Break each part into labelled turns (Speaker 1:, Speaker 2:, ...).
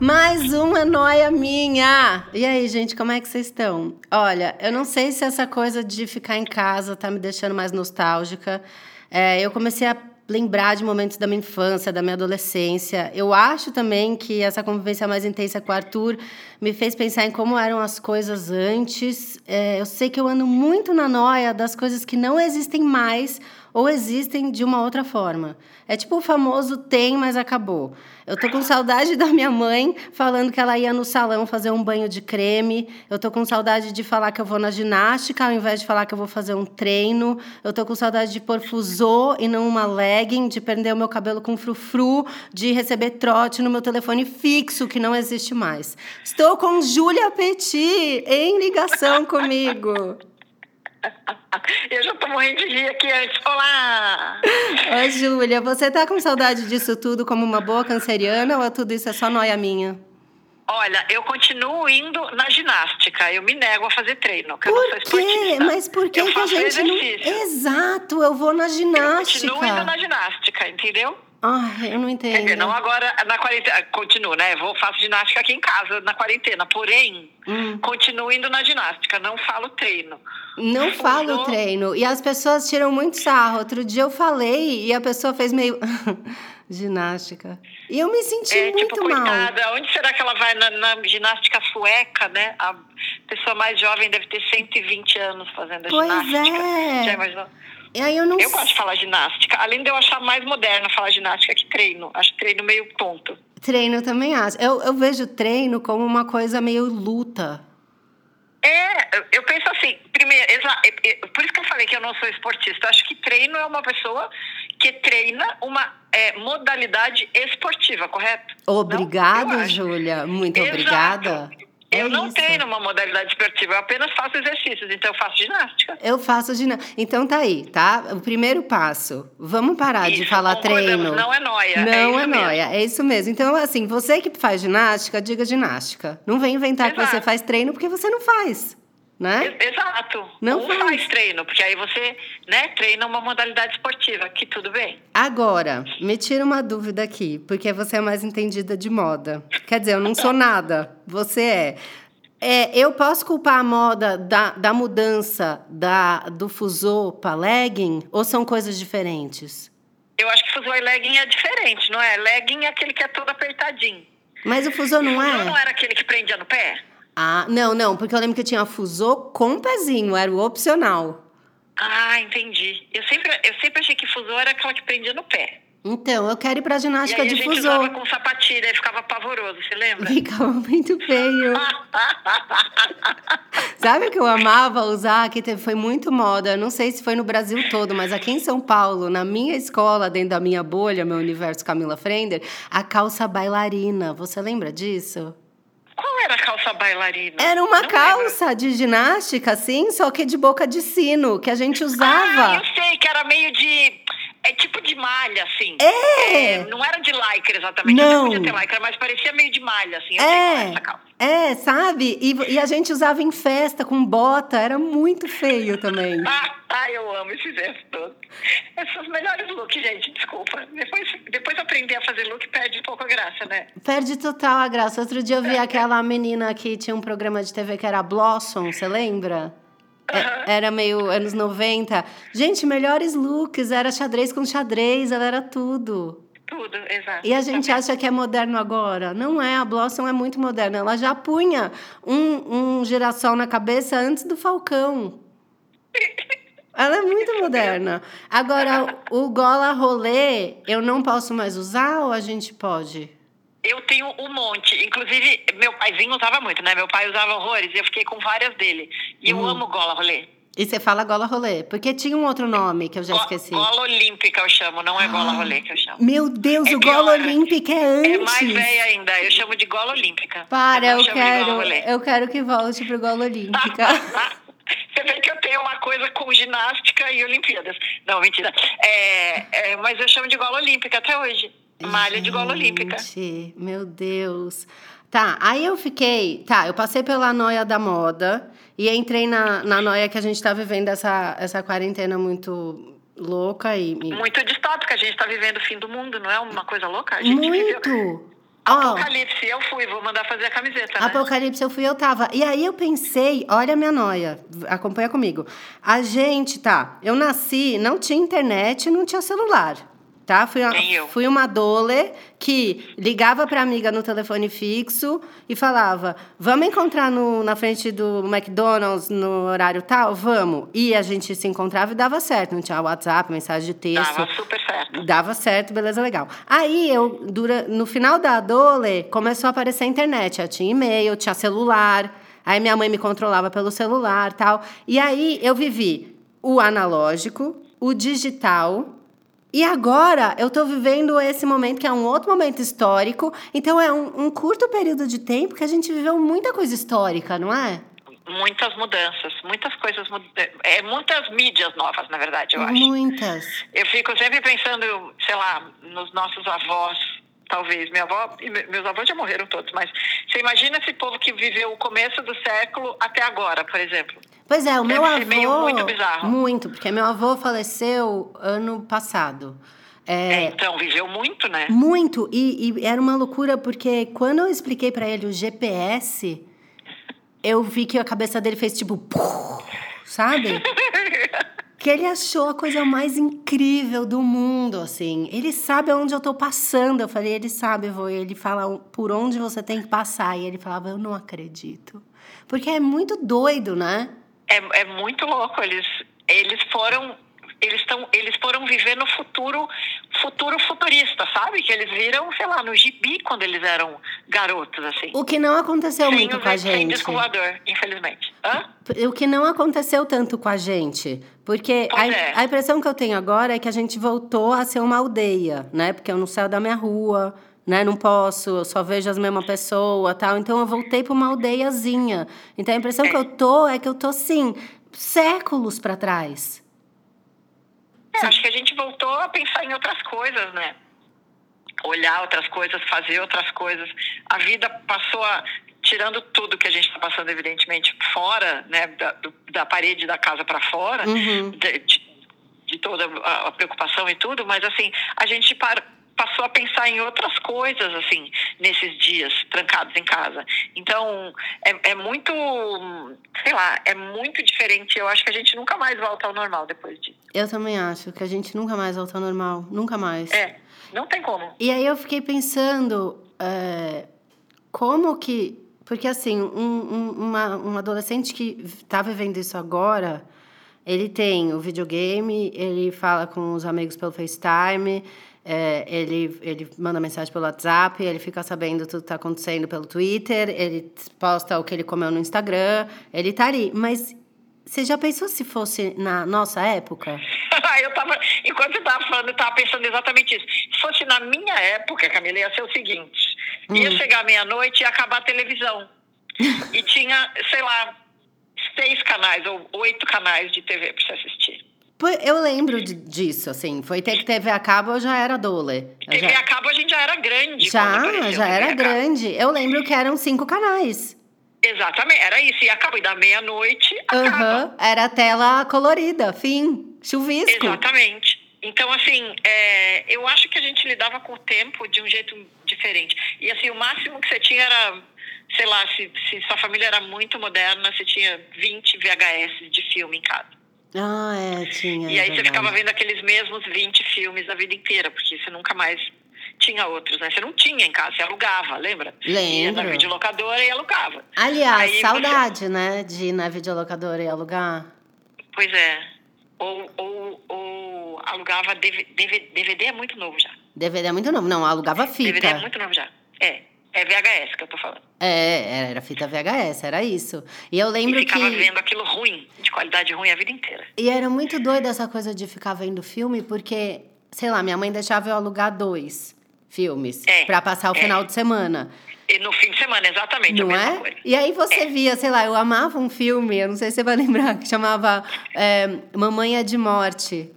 Speaker 1: Mais uma noia minha! E aí, gente, como é que vocês estão? Olha, eu não sei se essa coisa de ficar em casa tá me deixando mais nostálgica. É, eu comecei a lembrar de momentos da minha infância, da minha adolescência. Eu acho também que essa convivência mais intensa com o Arthur me fez pensar em como eram as coisas antes. É, eu sei que eu ando muito na noia das coisas que não existem mais ou existem de uma outra forma. É tipo o famoso tem, mas acabou. Eu tô com saudade da minha mãe falando que ela ia no salão fazer um banho de creme. Eu tô com saudade de falar que eu vou na ginástica ao invés de falar que eu vou fazer um treino. Eu tô com saudade de pôr fusô e não uma legging, de prender o meu cabelo com frufru, de receber trote no meu telefone fixo que não existe mais. Estou com Júlia Petit em ligação comigo.
Speaker 2: Eu já tô morrendo de rir aqui antes. Olá!
Speaker 1: Oi, Júlia. Você tá com saudade disso tudo como uma boa canceriana ou tudo isso é só noia minha?
Speaker 2: Olha, eu continuo indo na ginástica. Eu me nego a fazer treino, porque eu não sou
Speaker 1: por quê?
Speaker 2: esportista.
Speaker 1: Mas por que,
Speaker 2: Eu
Speaker 1: que a
Speaker 2: faço
Speaker 1: gente
Speaker 2: exercício.
Speaker 1: não... Exato, eu vou na
Speaker 2: Eu
Speaker 1: ginástica. É.
Speaker 2: continuo indo na ginástica, entendeu?
Speaker 1: Ai, eu não entendo.
Speaker 2: Quer dizer, não agora na quarentena. Continuo, né? Vou, faço ginástica aqui em casa, na quarentena. Porém,
Speaker 1: Hum.
Speaker 2: continuo indo na ginástica, não falo treino.
Speaker 1: Não
Speaker 2: Fusô.
Speaker 1: falo treino. E as pessoas tiram muito sarro. Outro dia eu falei e a pessoa fez meio... ginástica. E eu me senti
Speaker 2: É,
Speaker 1: muito
Speaker 2: tipo,
Speaker 1: mal.
Speaker 2: coitada, onde será que ela vai na, na ginástica sueca, né? A pessoa mais jovem deve ter 120 anos fazendo a
Speaker 1: Pois
Speaker 2: ginástica.
Speaker 1: é.
Speaker 2: Já imaginou?
Speaker 1: E aí eu não
Speaker 2: Eu gosto de falar ginástica. Além de eu achar mais moderno falar ginástica que treino. Acho treino meio tonto.
Speaker 1: Treino eu também acho. Eu, eu vejo treino como uma coisa meio luta.
Speaker 2: É, eu- eu penso assim, primeiro, exa- e- e- por isso que eu falei que eu não sou esportista. Eu acho que treino é uma pessoa que treina uma é, modalidade esportiva, correto? Não? Eu
Speaker 1: Obrigada,
Speaker 2: acho.
Speaker 1: Júlia. Muito
Speaker 2: Exato.
Speaker 1: obrigada.
Speaker 2: Eu
Speaker 1: É
Speaker 2: não
Speaker 1: isso.
Speaker 2: treino uma modalidade esportiva, eu apenas faço exercícios, então eu faço ginástica.
Speaker 1: Eu faço ginástica. Então tá aí, tá? O primeiro passo. Vamos parar Tá, de
Speaker 2: Isso,
Speaker 1: falar
Speaker 2: concordamos,
Speaker 1: treino.
Speaker 2: não é nóia, é
Speaker 1: Não
Speaker 2: isso
Speaker 1: é,
Speaker 2: mesmo.
Speaker 1: noia. É isso mesmo. Então, assim, você que faz ginástica, diga ginástica. Não vem inventar que
Speaker 2: Exato.
Speaker 1: você faz treino porque você não faz, né?
Speaker 2: E- Exato.
Speaker 1: Não
Speaker 2: Ou
Speaker 1: faz.
Speaker 2: faz. treino, porque aí você né, treina uma modalidade esportiva, que tudo bem.
Speaker 1: Agora, me tira uma dúvida aqui, porque você é mais entendida de moda. Quer dizer, eu não sou nada, você é. É, eu posso culpar a moda da, da mudança da, do fusô para legging ou são coisas diferentes?
Speaker 2: Eu acho que fusou e legging é diferente, não é? Legging é aquele que é todo apertadinho.
Speaker 1: Mas o fusô não
Speaker 2: Fusô não
Speaker 1: é?
Speaker 2: era aquele que prendia no pé?
Speaker 1: Ah, não, não, porque eu lembro que tinha fusô com pezinho, era o opcional.
Speaker 2: Ah, entendi. Eu sempre, eu sempre achei que fusô era aquela que prendia no pé.
Speaker 1: Então, eu quero ir para
Speaker 2: e
Speaker 1: ginástica
Speaker 2: aí a
Speaker 1: de
Speaker 2: gente
Speaker 1: fusô.
Speaker 2: usava com sapatilha e ficava pavoroso, você lembra?
Speaker 1: Ficava muito feio. Sabe o que eu amava usar, que teve, foi muito moda? Eu não sei se foi no Brasil todo, mas aqui em São Paulo, na minha escola, dentro da minha bolha, meu universo Camila Frender, a calça bailarina. Você lembra disso?
Speaker 2: Qual era a calça bailarina?
Speaker 1: Era uma
Speaker 2: Não lembro.
Speaker 1: calça de ginástica, assim, só que de boca de sino, que a gente
Speaker 2: Ah,
Speaker 1: usava.
Speaker 2: eu sei, que era meio de. É tipo de malha, assim. É! não era de lycra exatamente.
Speaker 1: Não.
Speaker 2: Podia ter lycra, mas parecia meio de malha, assim. Eu sei qual é
Speaker 1: É,
Speaker 2: essa calça.
Speaker 1: é, sabe? E, e a gente usava em festa com bota, era muito feio também.
Speaker 2: Ah, ah, eu amo esses gestos todos. Esses são os melhores looks, gente, desculpa. Depois, depois aprender a fazer look perde um pouco a graça, né?
Speaker 1: Perde total a graça. Outro dia eu vi aquela menina que tinha um programa de TV que era Blossom, você lembra? É- era meio anos 90. Gente, melhores looks, era xadrez com xadrez, ela era tudo.
Speaker 2: Tudo, exato.
Speaker 1: E a gente acha que é moderno agora. Não é, a Blossom é muito moderna. Ela já punha um, um girassol na cabeça antes do Falcão. Ela é muito moderna. Agora, o gola rolê, eu não posso mais usar ou a gente pode?
Speaker 2: Eu tenho um monte. Inclusive,
Speaker 1: Hum.
Speaker 2: meu paizinho usava muito, né? Meu pai usava horrores. Eu fiquei com várias dele. E eu amo gola rolê.
Speaker 1: E você fala gola rolê, porque tinha um outro nome que eu já
Speaker 2: Go-
Speaker 1: esqueci. Ah.
Speaker 2: Gola olímpica eu chamo, não é gola rolê que eu chamo.
Speaker 1: Meu Deus,
Speaker 2: É
Speaker 1: o gola
Speaker 2: pior.
Speaker 1: olímpica é antes.
Speaker 2: É mais velha ainda, eu chamo de gola olímpica.
Speaker 1: Para,
Speaker 2: não
Speaker 1: eu
Speaker 2: chamo de gola
Speaker 1: quero,
Speaker 2: rolê.
Speaker 1: eu quero que volte pro gola olímpica.
Speaker 2: Você vê que eu tenho uma coisa com ginástica e Olimpíadas. Não, mentira. É, é, mas eu chamo de gola olímpica até hoje. Malha de gola olímpica.
Speaker 1: Gente, meu Deus. Tá, aí eu fiquei. Tá, eu passei pela noia da moda e entrei na, na noia que a gente tá vivendo essa, essa quarentena muito louca e. e-
Speaker 2: Muito distópica, a gente tá vivendo o fim do mundo, não é uma coisa louca? A gente viveu.
Speaker 1: Muito! Ó,
Speaker 2: Apocalipse, eu fui, vou mandar fazer a camiseta, né?
Speaker 1: Apocalipse eu fui, eu tava. E aí eu pensei, olha a minha noia, acompanha comigo. A gente, tá, eu nasci, não tinha internet, não tinha celular. Tá? Fui uma,
Speaker 2: Nem eu.
Speaker 1: fui uma dole que ligava pra amiga no telefone fixo e falava: Vamos encontrar no- na frente do McDonald's no horário tal? Vamos. E a gente se encontrava e dava certo. Não tinha WhatsApp, mensagem de texto.
Speaker 2: Tava super certo.
Speaker 1: Dava certo, beleza, legal. Aí eu, dura, no final da Adole, começou a aparecer a internet. Eu tinha e-mail, tinha celular. Aí minha mãe me controlava pelo celular tal. E aí eu vivi o analógico, o digital. E agora eu tô vivendo esse momento que é um outro momento histórico. Então é um, um curto período de tempo que a gente viveu muita coisa histórica, não é?
Speaker 2: Muitas mudanças, muitas coisas. mud- É, muitas mídias novas, na verdade,
Speaker 1: Uhum.
Speaker 2: eu acho.
Speaker 1: Muitas.
Speaker 2: Eu fico sempre pensando, sei lá, nos nossos avós, talvez. Minha avó e me- meus avós já morreram todos, mas você imagina esse povo que viveu o começo do século até agora, por exemplo.
Speaker 1: Pois é, o
Speaker 2: Deve
Speaker 1: meu
Speaker 2: ser
Speaker 1: avô.
Speaker 2: meio muito bizarro.
Speaker 1: Muito, porque meu avô faleceu ano passado.
Speaker 2: É,
Speaker 1: É,
Speaker 2: então, viveu muito, né?
Speaker 1: Muito, e, e era uma loucura, porque quando eu expliquei pra ele o GPS, eu vi que a cabeça dele fez tipo. "Puf", Sabe? Que ele achou a coisa mais incrível do mundo, assim. Ele sabe aonde eu tô passando. Eu falei, ele sabe, vô. E ele fala o- por onde você tem que passar. E ele falava, eu não acredito. Porque é muito doido, né?
Speaker 2: É, é muito louco. Eles, eles foram. Eles, tão, eles foram viver no futuro, futuro futurista, sabe? Que eles viram, sei lá, no gibi quando eles eram garotos, assim.
Speaker 1: O que não aconteceu
Speaker 2: sem,
Speaker 1: muito
Speaker 2: os-
Speaker 1: com a
Speaker 2: sem
Speaker 1: gente.
Speaker 2: disco voador, infelizmente. Hã?
Speaker 1: O que não aconteceu tanto com a gente. Porque a,
Speaker 2: Pois é.
Speaker 1: a impressão que eu tenho agora é que a gente voltou a ser uma aldeia, né? Porque eu não saio da minha rua, né? Não posso, eu só vejo as mesmas pessoas tal. Então eu voltei para uma aldeiazinha. Então a impressão que eu tô é que eu tô, sim, séculos para trás.
Speaker 2: É, acho que a gente voltou a pensar em outras coisas, né? Olhar outras coisas, fazer outras coisas. A vida passou a. Tirando tudo que a gente está passando, evidentemente, fora, né? Da, do- da parede da casa para fora,
Speaker 1: Uhum.
Speaker 2: de, de- de toda a, a preocupação e tudo, mas assim, a gente par- passou a pensar em outras coisas, assim, nesses dias trancados em casa. Então, é, é muito. Sei lá, é muito diferente. Eu acho que a gente nunca mais volta ao normal depois disso.
Speaker 1: Eu também acho que a gente nunca mais volta ao normal. Nunca mais.
Speaker 2: É, não tem como.
Speaker 1: E aí eu fiquei pensando é, como que. Porque assim, um, um- uma, um adolescente que tá vivendo isso agora, ele tem o videogame, ele fala com os amigos pelo FaceTime, é, ele, ele manda mensagem pelo WhatsApp, ele fica sabendo tudo que tá acontecendo pelo Twitter, ele posta o que ele comeu no Instagram, ele tá ali. Mas você já pensou se fosse na nossa época?
Speaker 2: eu tava, enquanto você tava falando, eu tava pensando exatamente isso. Se fosse na minha época, Camila, ia ser o seguinte: ia
Speaker 1: Hum.
Speaker 2: chegar meia-noite e ia acabar a televisão. e tinha, sei lá, seis canais ou oito canais de TV pra você assistir.
Speaker 1: Pô, Eu lembro de- disso, assim. Foi ter que TV a cabo, eu já era dole. Eu
Speaker 2: TV a cabo a gente já era grande. quando
Speaker 1: já,
Speaker 2: apareceu
Speaker 1: já
Speaker 2: TV a
Speaker 1: era
Speaker 2: cabo.
Speaker 1: grande. Eu lembro que eram cinco canais.
Speaker 2: Exatamente, era isso. E acabou, e da meia-noite acaba.
Speaker 1: Aham, Era tela colorida, fim, chuvisco.
Speaker 2: Exatamente. Então, assim, é, eu acho que a gente lidava com o tempo de um jeito diferente. E, assim, o máximo que você tinha era, sei lá, se, se sua família era muito moderna, você tinha 20 VHS de filme em casa.
Speaker 1: Ah, é, tinha.
Speaker 2: e aí você
Speaker 1: verdade.
Speaker 2: ficava vendo aqueles mesmos 20 filmes a vida inteira, porque você nunca mais tinha outros, né? Você não tinha em casa, você alugava, lembra? Ia na
Speaker 1: Lembro. Ah.
Speaker 2: videolocadora e alugava.
Speaker 1: Aliás,
Speaker 2: Aí você-
Speaker 1: saudade, né? De ir na videolocadora e alugar.
Speaker 2: Pois é. Ou, ou, ou alugava DVD, DVD é muito novo já.
Speaker 1: DVD é muito novo. Não, alugava fita.
Speaker 2: DVD é muito novo já. É, é VHS que eu tô falando.
Speaker 1: É, era fita VHS, era isso. E eu lembro
Speaker 2: e ficava
Speaker 1: que.
Speaker 2: vendo aquilo ruim, de qualidade ruim a vida inteira.
Speaker 1: E era muito doida essa coisa de ficar vendo filme, porque, sei lá, minha mãe deixava eu alugar dois filmes
Speaker 2: É,
Speaker 1: pra passar o
Speaker 2: é.
Speaker 1: final de semana.
Speaker 2: E no fim de semana, exatamente
Speaker 1: Não
Speaker 2: a mesma
Speaker 1: é?
Speaker 2: coisa.
Speaker 1: E aí você via, sei lá, eu amava um filme, eu não sei se você vai lembrar, que chamava é, Mamãe é de Morte.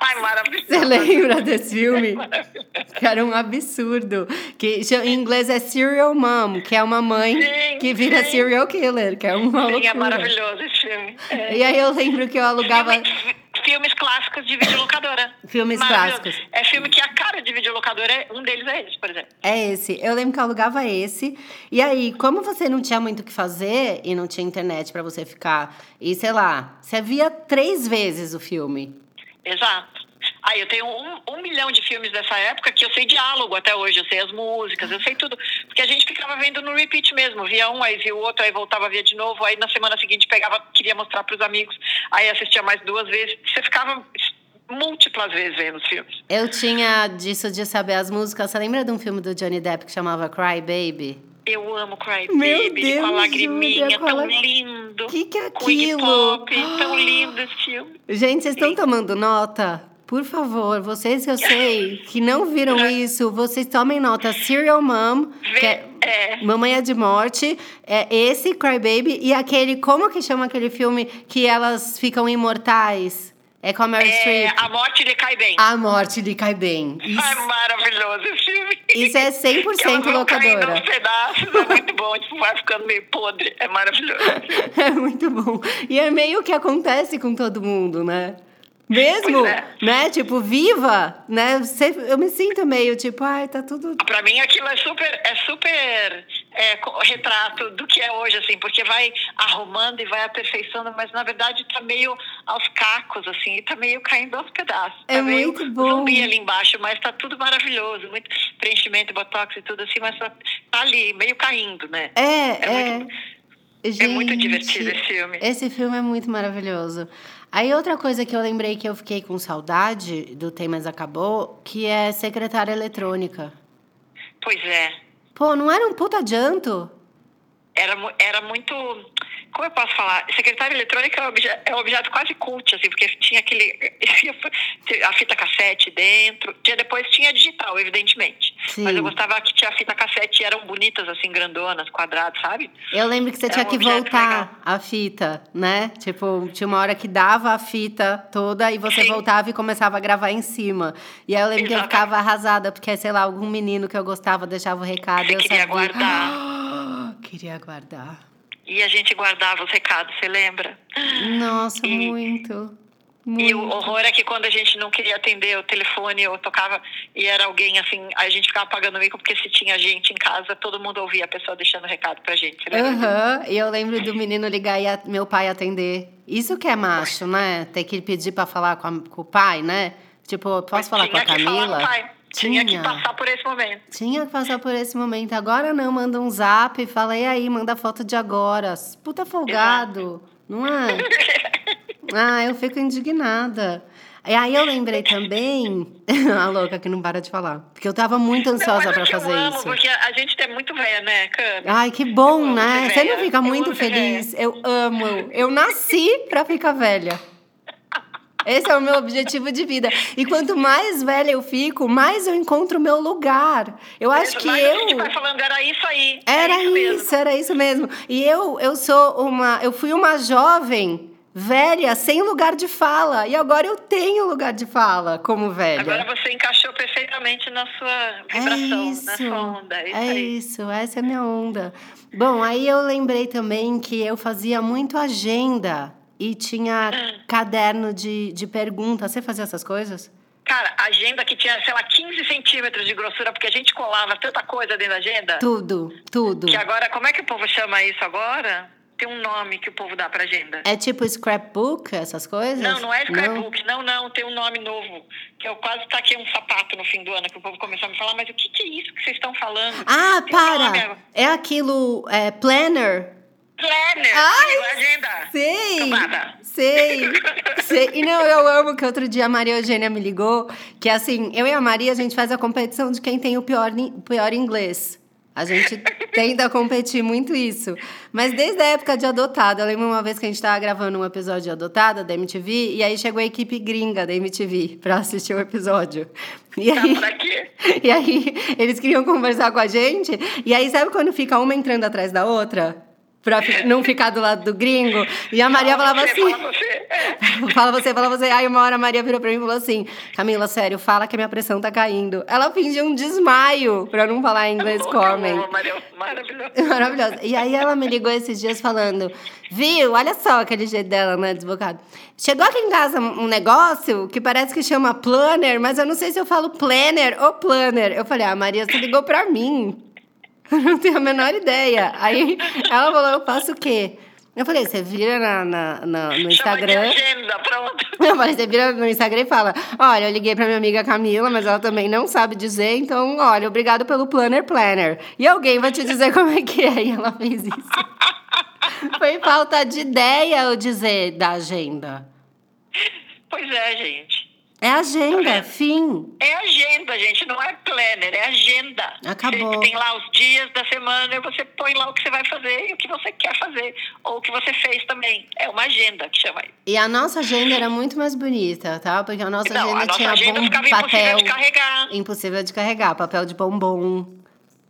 Speaker 2: Ai, maravilhoso.
Speaker 1: Você lembra desse filme? Que era um absurdo. Que cha- em inglês é Serial Mom, que é uma mãe
Speaker 2: Sim,
Speaker 1: que vira
Speaker 2: sim.
Speaker 1: serial killer, que é uma
Speaker 2: Sim, é
Speaker 1: loucura.
Speaker 2: maravilhoso esse filme. É.
Speaker 1: E aí eu lembro que eu alugava...
Speaker 2: Filme- Filmes clássicos de videolocadora.
Speaker 1: Filmes
Speaker 2: Maravilhoso.
Speaker 1: clássicos.
Speaker 2: É filme que a cara de videolocadora, é- um deles é esse, por exemplo.
Speaker 1: É esse. Eu lembro que eu alugava esse. E aí, como você não tinha muito o que fazer e não tinha internet pra você ficar, e sei lá, você via três vezes o filme.
Speaker 2: Exato. Aí eu tenho um, um milhão de filmes dessa época que eu sei diálogo até hoje, eu sei as músicas, eu sei tudo. Porque a gente ficava vendo no repeat mesmo. Via um, aí via o outro, aí voltava, via de novo. Aí na semana seguinte pegava, queria mostrar pros amigos. Aí assistia mais duas vezes. Você ficava múltiplas vezes vendo os filmes.
Speaker 1: Eu tinha disso de saber as músicas. Você lembra de um filme do Johnny Depp que chamava Cry Baby?
Speaker 2: Eu amo Cry
Speaker 1: Meu
Speaker 2: Baby,
Speaker 1: Deus,
Speaker 2: com a lagriminha,
Speaker 1: Júlia, com a
Speaker 2: tão
Speaker 1: la-
Speaker 2: lindo.
Speaker 1: Que que é
Speaker 2: com o Iggy
Speaker 1: aquilo?
Speaker 2: Pop, tão lindo esse filme.
Speaker 1: Gente, vocês estão tomando nota? Por favor, vocês que eu sei que não viram isso, vocês tomem nota. Serial Mom,
Speaker 2: Vê-
Speaker 1: que é,
Speaker 2: é.
Speaker 1: Mamãe é de Morte, é esse, Cry Baby, e aquele, como que chama aquele filme que elas ficam imortais? É com a Mary
Speaker 2: É,
Speaker 1: Streep.
Speaker 2: a morte lhe cai bem.
Speaker 1: A morte lhe cai bem. Ah, Isso,
Speaker 2: Ai, maravilhoso esse filme.
Speaker 1: isso é
Speaker 2: Que
Speaker 1: 100%
Speaker 2: elas vão caindo
Speaker 1: locadora.
Speaker 2: aos pedaços, é muito bom, tipo, vai ficando meio podre, é maravilhoso.
Speaker 1: É muito bom. E é meio que acontece com todo mundo, né? Mesmo,
Speaker 2: Pois é.
Speaker 1: né? Tipo, viva, né? Você- Eu me sinto meio tipo, ai, tá tudo.
Speaker 2: Pra mim aquilo é super, é super é, co- retrato do que é hoje, assim, porque vai arrumando e vai aperfeiçoando, mas na verdade tá meio aos cacos, assim, e tá meio caindo aos pedaços.
Speaker 1: É
Speaker 2: tá meio
Speaker 1: muito bom.
Speaker 2: zumbi ali embaixo, mas tá tudo maravilhoso, muito preenchimento, botox e tudo assim, mas tá, tá ali, meio caindo, né?
Speaker 1: É,
Speaker 2: É
Speaker 1: é.
Speaker 2: muito- é muito divertido esse filme.
Speaker 1: Esse filme é muito maravilhoso. Aí outra coisa que eu lembrei que eu fiquei com saudade do Tem Mas Acabou, que é Secretária Eletrônica.
Speaker 2: Pois é.
Speaker 1: Pô, não era um puta adianto?
Speaker 2: era, mu- era muito. Como eu posso falar? Secretária eletrônica é um, obje- é um objeto quase cult, assim, porque tinha aquele. a fita cassete dentro. Tinha, depois tinha digital, evidentemente.
Speaker 1: Sim.
Speaker 2: Mas eu gostava que tinha a fita cassete e eram bonitas, assim, grandonas, quadradas, sabe?
Speaker 1: Eu lembro que você
Speaker 2: Era
Speaker 1: tinha
Speaker 2: um
Speaker 1: que
Speaker 2: objeto
Speaker 1: voltar
Speaker 2: legal.
Speaker 1: a fita, né? Tipo, tinha uma hora que dava a fita toda e você
Speaker 2: Sim.
Speaker 1: voltava e começava a gravar em cima. E aí eu lembro que eu
Speaker 2: Exatamente.
Speaker 1: ficava arrasada, porque, sei lá, algum menino que eu gostava deixava o recado.
Speaker 2: Você
Speaker 1: eu
Speaker 2: queria
Speaker 1: sabia.
Speaker 2: guardar.
Speaker 1: queria guardar.
Speaker 2: E a gente guardava os recados, você lembra?
Speaker 1: Nossa,
Speaker 2: E-
Speaker 1: muito.
Speaker 2: E
Speaker 1: Muito.
Speaker 2: o horror é que quando a gente não queria atender o telefone ou tocava e era alguém assim, a gente ficava pagando mico porque se tinha gente em casa, todo mundo ouvia a pessoa deixando recado pra gente. Você lembra?
Speaker 1: Aham, e eu lembro do menino ligar e a- meu pai atender. Isso que é macho, né? Ter que pedir pra falar com, a- com o pai, né? Tipo, posso falar com
Speaker 2: tinha
Speaker 1: a
Speaker 2: que falar com
Speaker 1: Camila?
Speaker 2: o pai. Tinha. que passar por esse momento.
Speaker 1: Tinha que passar por esse momento. Agora não, manda um zap e fala, e aí, manda foto de agora. Puta folgado, não é? Ah, eu fico indignada. E aí eu lembrei também, a louca que não para de falar, porque eu tava muito
Speaker 2: Não, mas
Speaker 1: ansiosa
Speaker 2: é
Speaker 1: pra
Speaker 2: que
Speaker 1: fazer
Speaker 2: eu amo,
Speaker 1: isso.
Speaker 2: porque a gente é muito velha, né, Cami?
Speaker 1: Ai, que
Speaker 2: Eu
Speaker 1: bom,
Speaker 2: amo
Speaker 1: né?
Speaker 2: ser
Speaker 1: Você não
Speaker 2: velha.
Speaker 1: fica
Speaker 2: Eu
Speaker 1: muito
Speaker 2: amo ser
Speaker 1: feliz. Eu amo. Eu nasci pra ficar velha. Esse é o meu objetivo de vida. E quanto mais velha eu fico, mais eu encontro o meu lugar. Eu acho que
Speaker 2: Mas A gente
Speaker 1: eu.
Speaker 2: vai falando, era isso aí. É
Speaker 1: Era
Speaker 2: isso, mesmo.
Speaker 1: isso, era isso mesmo. E eu, eu sou uma. Eu fui uma jovem velha sem lugar de fala. E agora eu tenho lugar de fala como velha.
Speaker 2: Agora você encaixou perfeitamente na sua vibração, na sua onda. É isso
Speaker 1: é
Speaker 2: aí.
Speaker 1: isso, essa é a minha onda. Bom, aí eu lembrei também que eu fazia muito agenda e tinha
Speaker 2: Ah.
Speaker 1: caderno de, de perguntas. Você fazia essas coisas?
Speaker 2: Cara, a agenda que tinha, sei lá, 15 centímetros de grossura, porque a gente colava tanta coisa dentro da agenda,
Speaker 1: Tudo, tudo.
Speaker 2: que agora, como é que o povo chama isso agora? Tem um nome que o povo dá pra agenda.
Speaker 1: É tipo scrapbook, essas coisas?
Speaker 2: Não, não é scrapbook, não. não, tem um nome novo. Que eu quase taquei um sapato no fim do ano, que o povo começou a me falar, mas o que, que é isso que vocês estão falando?
Speaker 1: Ah,
Speaker 2: Tem um nome
Speaker 1: para!
Speaker 2: agora.
Speaker 1: É aquilo, é planner?
Speaker 2: Planner!
Speaker 1: Ai,
Speaker 2: amigo, é, né? agenda!
Speaker 1: Sei!
Speaker 2: Tomada.
Speaker 1: Sei! Sei! E não, eu amo que outro dia a Maria Eugênia me é ligou, que assim, eu e a Maria, a gente faz a competição de quem tem o pior, ni- pior inglês. A gente tende a competir muito isso. Mas desde a época de Adotada, eu lembro uma vez que a gente estava gravando um episódio de Adotada da MTV, e aí chegou a equipe gringa da MTV para assistir o episódio. E
Speaker 2: Tá
Speaker 1: aí,
Speaker 2: por aqui.
Speaker 1: e aí eles queriam conversar com a gente, e aí sabe quando fica uma entrando atrás da outra? Pra fi- não ficar do lado do gringo? E a Maria
Speaker 2: Fala
Speaker 1: falava
Speaker 2: você,
Speaker 1: assim.
Speaker 2: fala você. É.
Speaker 1: Fala você, fala você. Aí uma hora a Maria virou pra mim e falou assim: Camila, sério, fala que a minha pressão tá caindo. Ela fingiu um desmaio pra não falar em inglês
Speaker 2: Louca,
Speaker 1: comem.
Speaker 2: boa, Maria- Maravilhoso.
Speaker 1: Maravilhosa. E aí ela me ligou esses dias falando: Viu, olha só aquele jeito dela, né, desbocado. Chegou aqui em casa um um negócio que parece que chama planner, mas eu não sei se eu falo planner ou planner. Eu falei: Ah, Maria, você ligou pra mim. Eu não tenho a menor ideia. Aí ela falou: Eu faço o quê? Eu falei: Você vira na, na- na- no
Speaker 2: Chama
Speaker 1: Instagram.
Speaker 2: de agenda, pronto.
Speaker 1: Não, mas você vira no Instagram e fala: Olha, eu liguei pra minha amiga Camila, mas ela também não sabe dizer, então, olha, obrigado pelo Planner Planner. E alguém vai te dizer como é que é. E ela fez isso. Foi falta de ideia eu dizer da agenda.
Speaker 2: Pois é, gente.
Speaker 1: É agenda, fim.
Speaker 2: É agenda, gente, não é planner, é agenda.
Speaker 1: Acabou.
Speaker 2: Você tem lá os dias da semana e você põe lá o que você vai fazer e o que você quer fazer. Ou o que você fez também. É uma agenda que chama aí.
Speaker 1: E a nossa agenda era muito mais bonita, tá? Porque a nossa
Speaker 2: não,
Speaker 1: agenda
Speaker 2: a nossa
Speaker 1: tinha
Speaker 2: agenda
Speaker 1: bom
Speaker 2: ficava
Speaker 1: papel.
Speaker 2: impossível de carregar.
Speaker 1: Impossível de carregar, papel de bombom,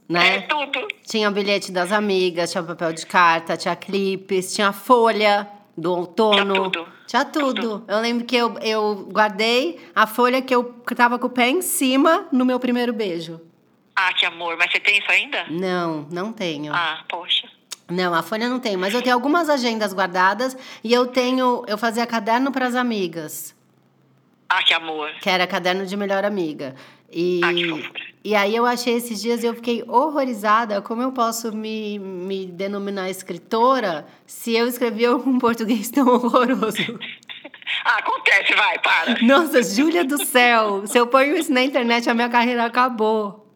Speaker 1: né?
Speaker 2: É tudo.
Speaker 1: Tinha o bilhete das amigas, tinha papel de carta, tinha clipes, tinha a folha do outono.
Speaker 2: Tinha tudo.
Speaker 1: Tinha tudo. Eu lembro que eu, eu guardei a folha que eu tava com o pé em cima no meu primeiro beijo.
Speaker 2: Ah, que amor, mas você tem isso ainda?
Speaker 1: Não, não tenho.
Speaker 2: Ah, poxa.
Speaker 1: Não, a folha não tem, mas eu tenho algumas agendas guardadas e eu tenho. Eu fazia caderno pras amigas,
Speaker 2: Ah, que amor.
Speaker 1: que era caderno de melhor amiga. E,
Speaker 2: Ah, que fofura.
Speaker 1: e aí eu achei esses dias e eu fiquei horrorizada como eu posso me, me denominar escritora se eu escrevi um português tão horroroso.
Speaker 2: Ah, acontece, vai, para.
Speaker 1: Nossa, Júlia do céu! Se eu ponho isso na internet, a minha carreira acabou.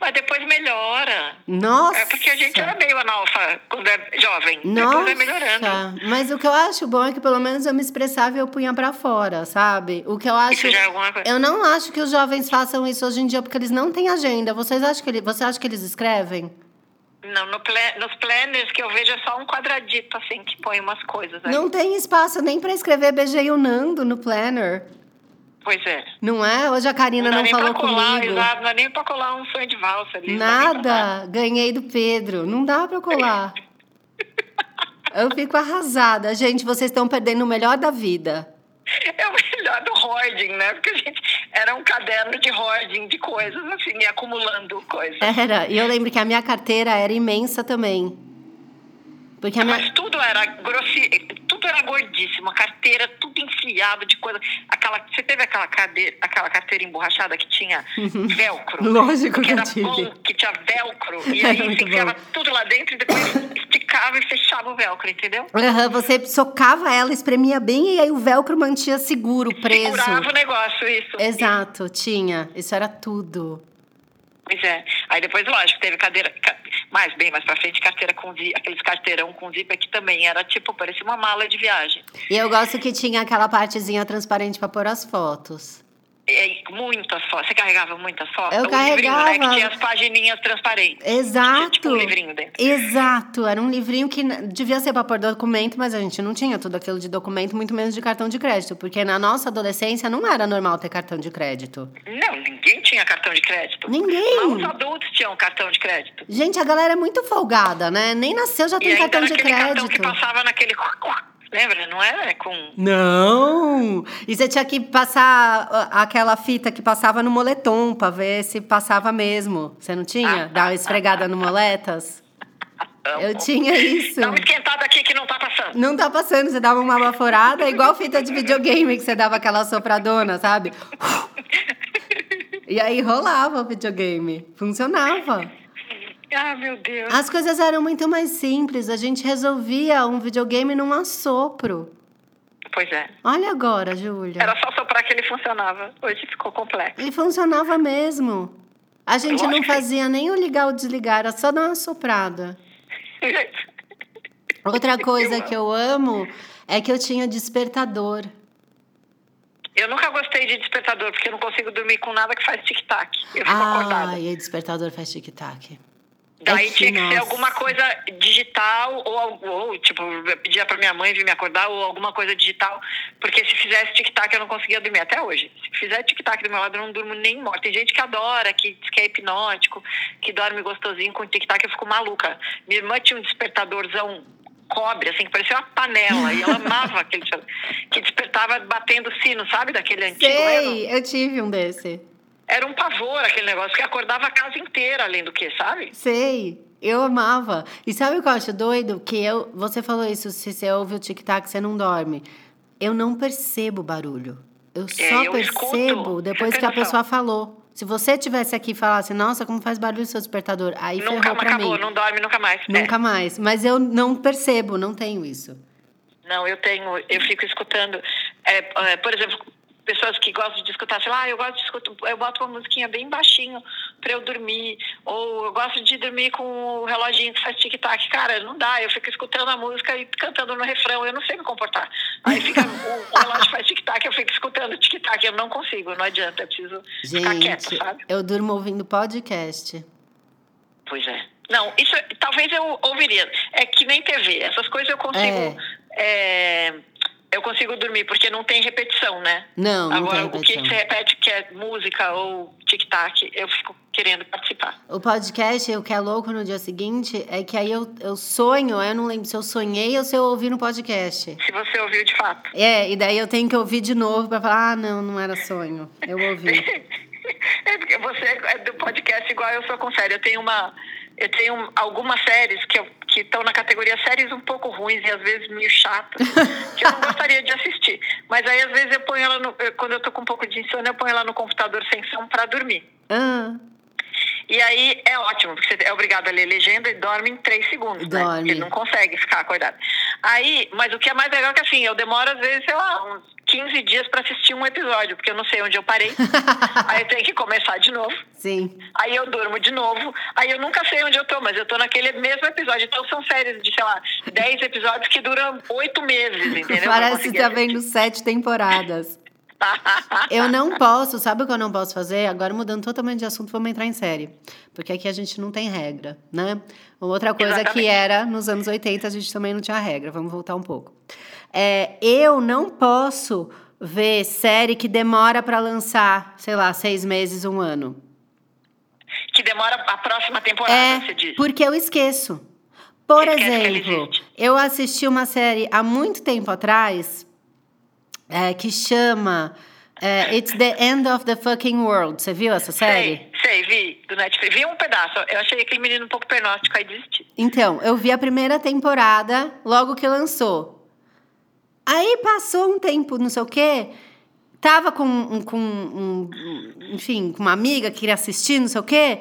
Speaker 2: Mas depois melhora.
Speaker 1: Nossa!
Speaker 2: É porque a gente era meio analfa quando é jovem. Depois
Speaker 1: Nossa,
Speaker 2: vai melhorando.
Speaker 1: mas o que eu acho bom é que pelo menos eu me expressava e eu punha pra fora, sabe? O que eu acho.
Speaker 2: Isso já é alguma coisa.
Speaker 1: Eu não acho que os jovens façam isso hoje em dia porque eles não têm agenda. Vocês acham que ele... Você acha que eles escrevem?
Speaker 2: Não, no pla- nos planners que eu vejo é só um quadradito, assim, que põe umas coisas né? Tá aí.
Speaker 1: Não tem espaço nem pra escrever beijei o Nando no planner.
Speaker 2: Pois é.
Speaker 1: Não é? Hoje a Karina
Speaker 2: dá
Speaker 1: não,
Speaker 2: nem
Speaker 1: falou
Speaker 2: pra colar,
Speaker 1: comigo.
Speaker 2: exato, não é nem pra colar um sonho de valsa ali. não dá nem pra nada.
Speaker 1: Nada. Ganhei do Pedro. Não dá pra colar. Eu fico arrasada. Gente, vocês estão perdendo o melhor da vida.
Speaker 2: É o melhor do hoarding, né? Porque a gente era um caderno de hoarding de coisas, assim, e acumulando coisas.
Speaker 1: Era. E eu lembro que a minha carteira era imensa também. Porque a minha.
Speaker 2: Mas tudo era grossi... tudo era gordíssimo, a carteira tudo enfiado de coisa. Aquela, você teve aquela cadeira, aquela carteira emborrachada que tinha velcro?
Speaker 1: Lógico Uhum. que
Speaker 2: que
Speaker 1: eu
Speaker 2: era
Speaker 1: tive.
Speaker 2: bom, que tinha velcro, e
Speaker 1: Era
Speaker 2: aí
Speaker 1: muito
Speaker 2: você enfiava
Speaker 1: bom.
Speaker 2: tudo lá dentro e depois esticava e fechava o velcro, entendeu?
Speaker 1: Aham, você socava ela, espremia bem e aí o velcro mantinha seguro, preso.
Speaker 2: Segurava o negócio, isso.
Speaker 1: Exato, tinha. Isso era tudo.
Speaker 2: Pois é. Aí depois, lógico, teve cadeira. ca- Mais bem mais pra frente, carteira com zíper, aqueles carteirão com zíper que também era tipo, parecia uma mala de viagem.
Speaker 1: E eu gosto que tinha aquela partezinha transparente pra pôr as fotos.
Speaker 2: E, e muitas fotos. Você carregava muitas fotos?
Speaker 1: Eu
Speaker 2: O livrinho, né?
Speaker 1: carregava.
Speaker 2: Que tinha as pagininhas transparentes.
Speaker 1: Exato.
Speaker 2: Tipo um livrinho dentro.
Speaker 1: Exato. Era um livrinho que n- devia ser para pôr documento, mas a gente não tinha tudo aquilo de documento, muito menos de cartão de crédito. Porque na nossa adolescência não era normal ter cartão de crédito.
Speaker 2: Não, ninguém tinha cartão de crédito.
Speaker 1: Ninguém.
Speaker 2: Mal os adultos tinham cartão de crédito.
Speaker 1: Gente, a galera é muito folgada, né? Nem nasceu já
Speaker 2: E
Speaker 1: tem
Speaker 2: ainda
Speaker 1: cartão
Speaker 2: era
Speaker 1: de
Speaker 2: aquele cartão que
Speaker 1: crédito.
Speaker 2: passava naquele. Lembra? Não era com.
Speaker 1: Não! E você tinha que passar ah, aquela fita que passava no moletom pra ver se passava mesmo. Você não tinha?
Speaker 2: Ah,
Speaker 1: Dar uma esfregada no moletas? Eu tinha isso.
Speaker 2: Dá uma esquentada aqui que não tá passando.
Speaker 1: Não tá passando, você dava uma baforada, igual fita de videogame que você dava aquela sopradona, sabe? E aí rolava o videogame, funcionava. Hum.
Speaker 2: Ah, meu Deus.
Speaker 1: As coisas eram muito mais simples, a gente resolvia um videogame num assopro. Ah.
Speaker 2: Pois é.
Speaker 1: Olha agora, Júlia.
Speaker 2: Era só soprar que ele funcionava. Hoje ficou complexo.
Speaker 1: E funcionava mesmo. A gente não fazia nem o ligar ou desligar, era só dar uma soprada. Outra coisa que eu amo é que eu tinha despertador.
Speaker 2: Eu nunca gostei de despertador,
Speaker 1: Ah,
Speaker 2: porque eu não consigo dormir com nada que faz tic-tac. Eu fico acordada.
Speaker 1: Ai, e despertador faz tic-tac.
Speaker 2: Daí
Speaker 1: É que,
Speaker 2: tinha que ser
Speaker 1: nossa.
Speaker 2: alguma coisa digital, ou, algo- ou tipo, eu pedia pra minha mãe vir me acordar, ou alguma coisa digital, porque se fizesse tic-tac eu não conseguia dormir até hoje. Se fizer tic-tac do meu lado, eu não durmo nem morta. Tem gente que adora, que diz que é hipnótico, que dorme gostosinho com tic-tac, eu fico maluca. Minha irmã tinha um despertadorzão cobre, assim, que parecia uma panela, e ela amava aquele que despertava batendo sino, sabe, daquele antigo. mesmo?
Speaker 1: Sei, eu tive um desse.
Speaker 2: Era um pavor aquele negócio, que acordava a casa inteira, além do que, sabe?
Speaker 1: Sei, eu amava. E sabe o que eu acho doido? Que eu, você falou isso, se você ouve o tic-tac, você não dorme. Eu não percebo barulho. Eu só
Speaker 2: É, eu escuto.
Speaker 1: percebo
Speaker 2: Você
Speaker 1: depois
Speaker 2: tem
Speaker 1: que a
Speaker 2: noção.
Speaker 1: pessoa falou. Se você tivesse aqui e falasse, nossa, como faz barulho o seu despertador, aí
Speaker 2: nunca
Speaker 1: ferrou
Speaker 2: mais
Speaker 1: pra
Speaker 2: acabou,
Speaker 1: mim.
Speaker 2: não dorme nunca mais. É.
Speaker 1: Nunca mais. Mas eu não percebo, não tenho isso.
Speaker 2: Não, eu tenho, eu fico escutando. é, é, por exemplo, pessoas que gostam de escutar, sei lá, "Ah, eu gosto de escutar, eu boto uma musiquinha bem baixinho pra eu dormir. Ou eu gosto de dormir com o reloginho que faz tic-tac. Cara, não dá, eu fico escutando a música e cantando no refrão, eu não sei me comportar. Aí fica, o, o relógio faz tic-tac, eu fico escutando tic-tac, eu não consigo, não adianta, eu preciso ficar quieta,
Speaker 1: Gente,
Speaker 2: sabe?
Speaker 1: eu durmo ouvindo podcast.
Speaker 2: Pois é. Não, isso talvez eu ouviria. É que nem TV. Essas coisas eu consigo. é, eu consigo dormir, porque não tem repetição, né?
Speaker 1: Não, não
Speaker 2: Agora,
Speaker 1: tem
Speaker 2: o que
Speaker 1: repetição.
Speaker 2: se repete, que é música ou tic-tac, eu fico querendo participar.
Speaker 1: O podcast, o que é louco no dia seguinte, é que aí eu, eu sonho, aí eu não lembro se eu sonhei ou se eu ouvi no podcast.
Speaker 2: Se você ouviu de fato.
Speaker 1: É, e daí eu tenho que ouvir de novo pra falar, ah, não, não era sonho. Eu ouvi.
Speaker 2: É porque você é do podcast igual eu sou com série. Eu tenho uma. Eu tenho algumas séries que eu- que estão na categoria séries um pouco ruins e às vezes meio chatas, que eu não gostaria de assistir. Mas aí às vezes eu ponho ela no, eu- quando eu tô com um pouco de insônia, eu ponho ela no computador sem som pra dormir.
Speaker 1: Ah,
Speaker 2: E aí é ótimo, porque você é obrigado a ler legenda e dorme em três segundos, né?
Speaker 1: Dorme.
Speaker 2: Porque Ele não consegue ficar acordado. Aí, mas o que é mais legal é que assim, eu demoro às vezes, sei lá, uns 15 dias pra assistir um episódio, porque eu não sei onde eu parei. aí eu tenho que começar de novo.
Speaker 1: sim.
Speaker 2: Aí eu durmo de novo. Aí eu nunca sei onde eu tô, mas eu tô naquele mesmo episódio. Então são séries de, sei lá, 10 episódios que duram oito meses, entendeu? Pra
Speaker 1: Parece
Speaker 2: conseguir
Speaker 1: que tá
Speaker 2: assistir.
Speaker 1: vendo sete temporadas. Eu não posso, sabe o que eu não posso fazer? Agora mudando totalmente de assunto, vamos entrar em série. Porque aqui a gente não tem regra, né? Uma Outra coisa que
Speaker 2: Exatamente.
Speaker 1: era, nos anos 80, a gente também não tinha regra. Vamos voltar um pouco. É, eu não posso ver série que demora pra lançar, sei lá, seis meses, um ano.
Speaker 2: Que demora a próxima temporada, você
Speaker 1: É,
Speaker 2: diz.
Speaker 1: porque eu esqueço. Por
Speaker 2: Você esquece que ela
Speaker 1: exemplo,
Speaker 2: existe.
Speaker 1: eu assisti uma série há muito tempo atrás é, que chama é, It's the End of the Fucking World. Você viu essa série?
Speaker 2: Sei, sei, vi, do Netflix. Vi um pedaço. Eu achei aquele menino um pouco pernóstico, aí desisti.
Speaker 1: Então, eu vi a primeira temporada logo que lançou. Aí passou um tempo, não sei o quê. Tava com, um- com um- um- enfim, com uma amiga que queria assistir, não sei o quê.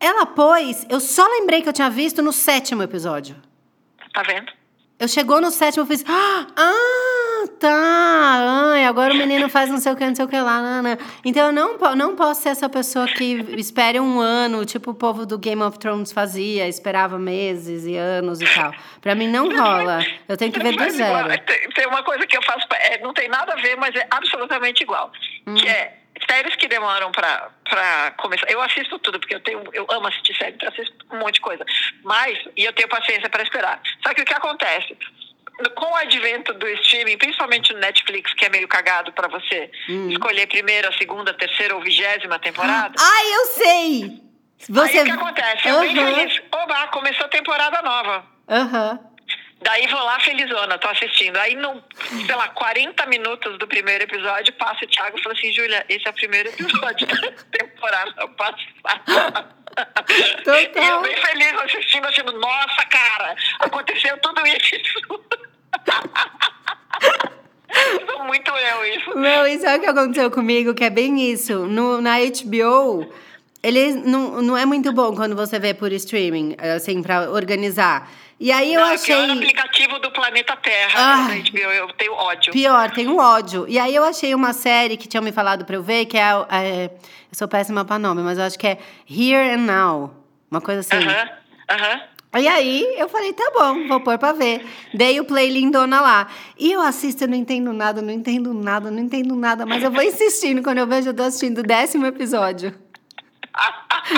Speaker 1: Ela pôs, eu só lembrei que eu tinha visto no sétimo episódio.
Speaker 2: Tá vendo?
Speaker 1: Eu chegou no sétimo, eu fiz. Ah, tá! Ai, agora o menino faz não sei o que, não sei o que lá. Nana. Então eu não, po- não posso ser essa pessoa que espere um ano, tipo o povo do Game of Thrones fazia, esperava meses e anos e tal. Pra mim não rola. Eu tenho que ver do
Speaker 2: Mas é igual,
Speaker 1: zero.
Speaker 2: Tem, tem uma coisa que eu faço, pra- é, não tem nada a ver, mas é absolutamente igual.
Speaker 1: Hum.
Speaker 2: Que é séries que demoram pra, pra começar. Eu assisto tudo, porque eu tenho, eu amo assistir séries, então eu assisto um monte de coisa. Mas, e eu tenho paciência pra esperar. Só que o que acontece? Com o advento do streaming, principalmente no Netflix, que é meio cagado pra você
Speaker 1: Hum.
Speaker 2: escolher primeira, segunda, terceira ou vigésima temporada.
Speaker 1: Ai, eu sei! Você.
Speaker 2: Aí o que acontece? Eu bem
Speaker 1: Aham,
Speaker 2: feliz. Oba, começou a temporada nova.
Speaker 1: Aham.
Speaker 2: Daí vou lá felizona, tô assistindo. Aí, no, sei lá, 40 minutos do primeiro episódio, passa o Thiago e fala assim, Júlia, esse é o primeiro episódio da temporada passada.
Speaker 1: Total.
Speaker 2: E eu bem feliz assistindo, achando, nossa, cara, aconteceu tudo isso. Sou muito eu isso.
Speaker 1: Não, e sabe o que aconteceu comigo? Que é bem isso. No, na HBO, ele não, não é muito bom quando você vê por streaming, assim, pra organizar. E aí eu
Speaker 2: Não, é o
Speaker 1: achei. Ah.
Speaker 2: pior aplicativo do planeta Terra. né,
Speaker 1: Ai.
Speaker 2: gente, meu, eu tenho ódio.
Speaker 1: Pior, tem um ódio. E aí eu achei uma série que tinham me falado pra eu ver, que é. a- é, eu sou péssima pra nome, mas eu acho que é Here and Now. Uma coisa assim.
Speaker 2: Aham, aham.
Speaker 1: E aí eu falei, tá bom, vou pôr pra ver. Dei o play lindona lá. E eu assisto, eu não entendo nada, não entendo nada, não entendo nada, mas eu vou insistindo. Quando eu vejo, eu tô assistindo o décimo episódio.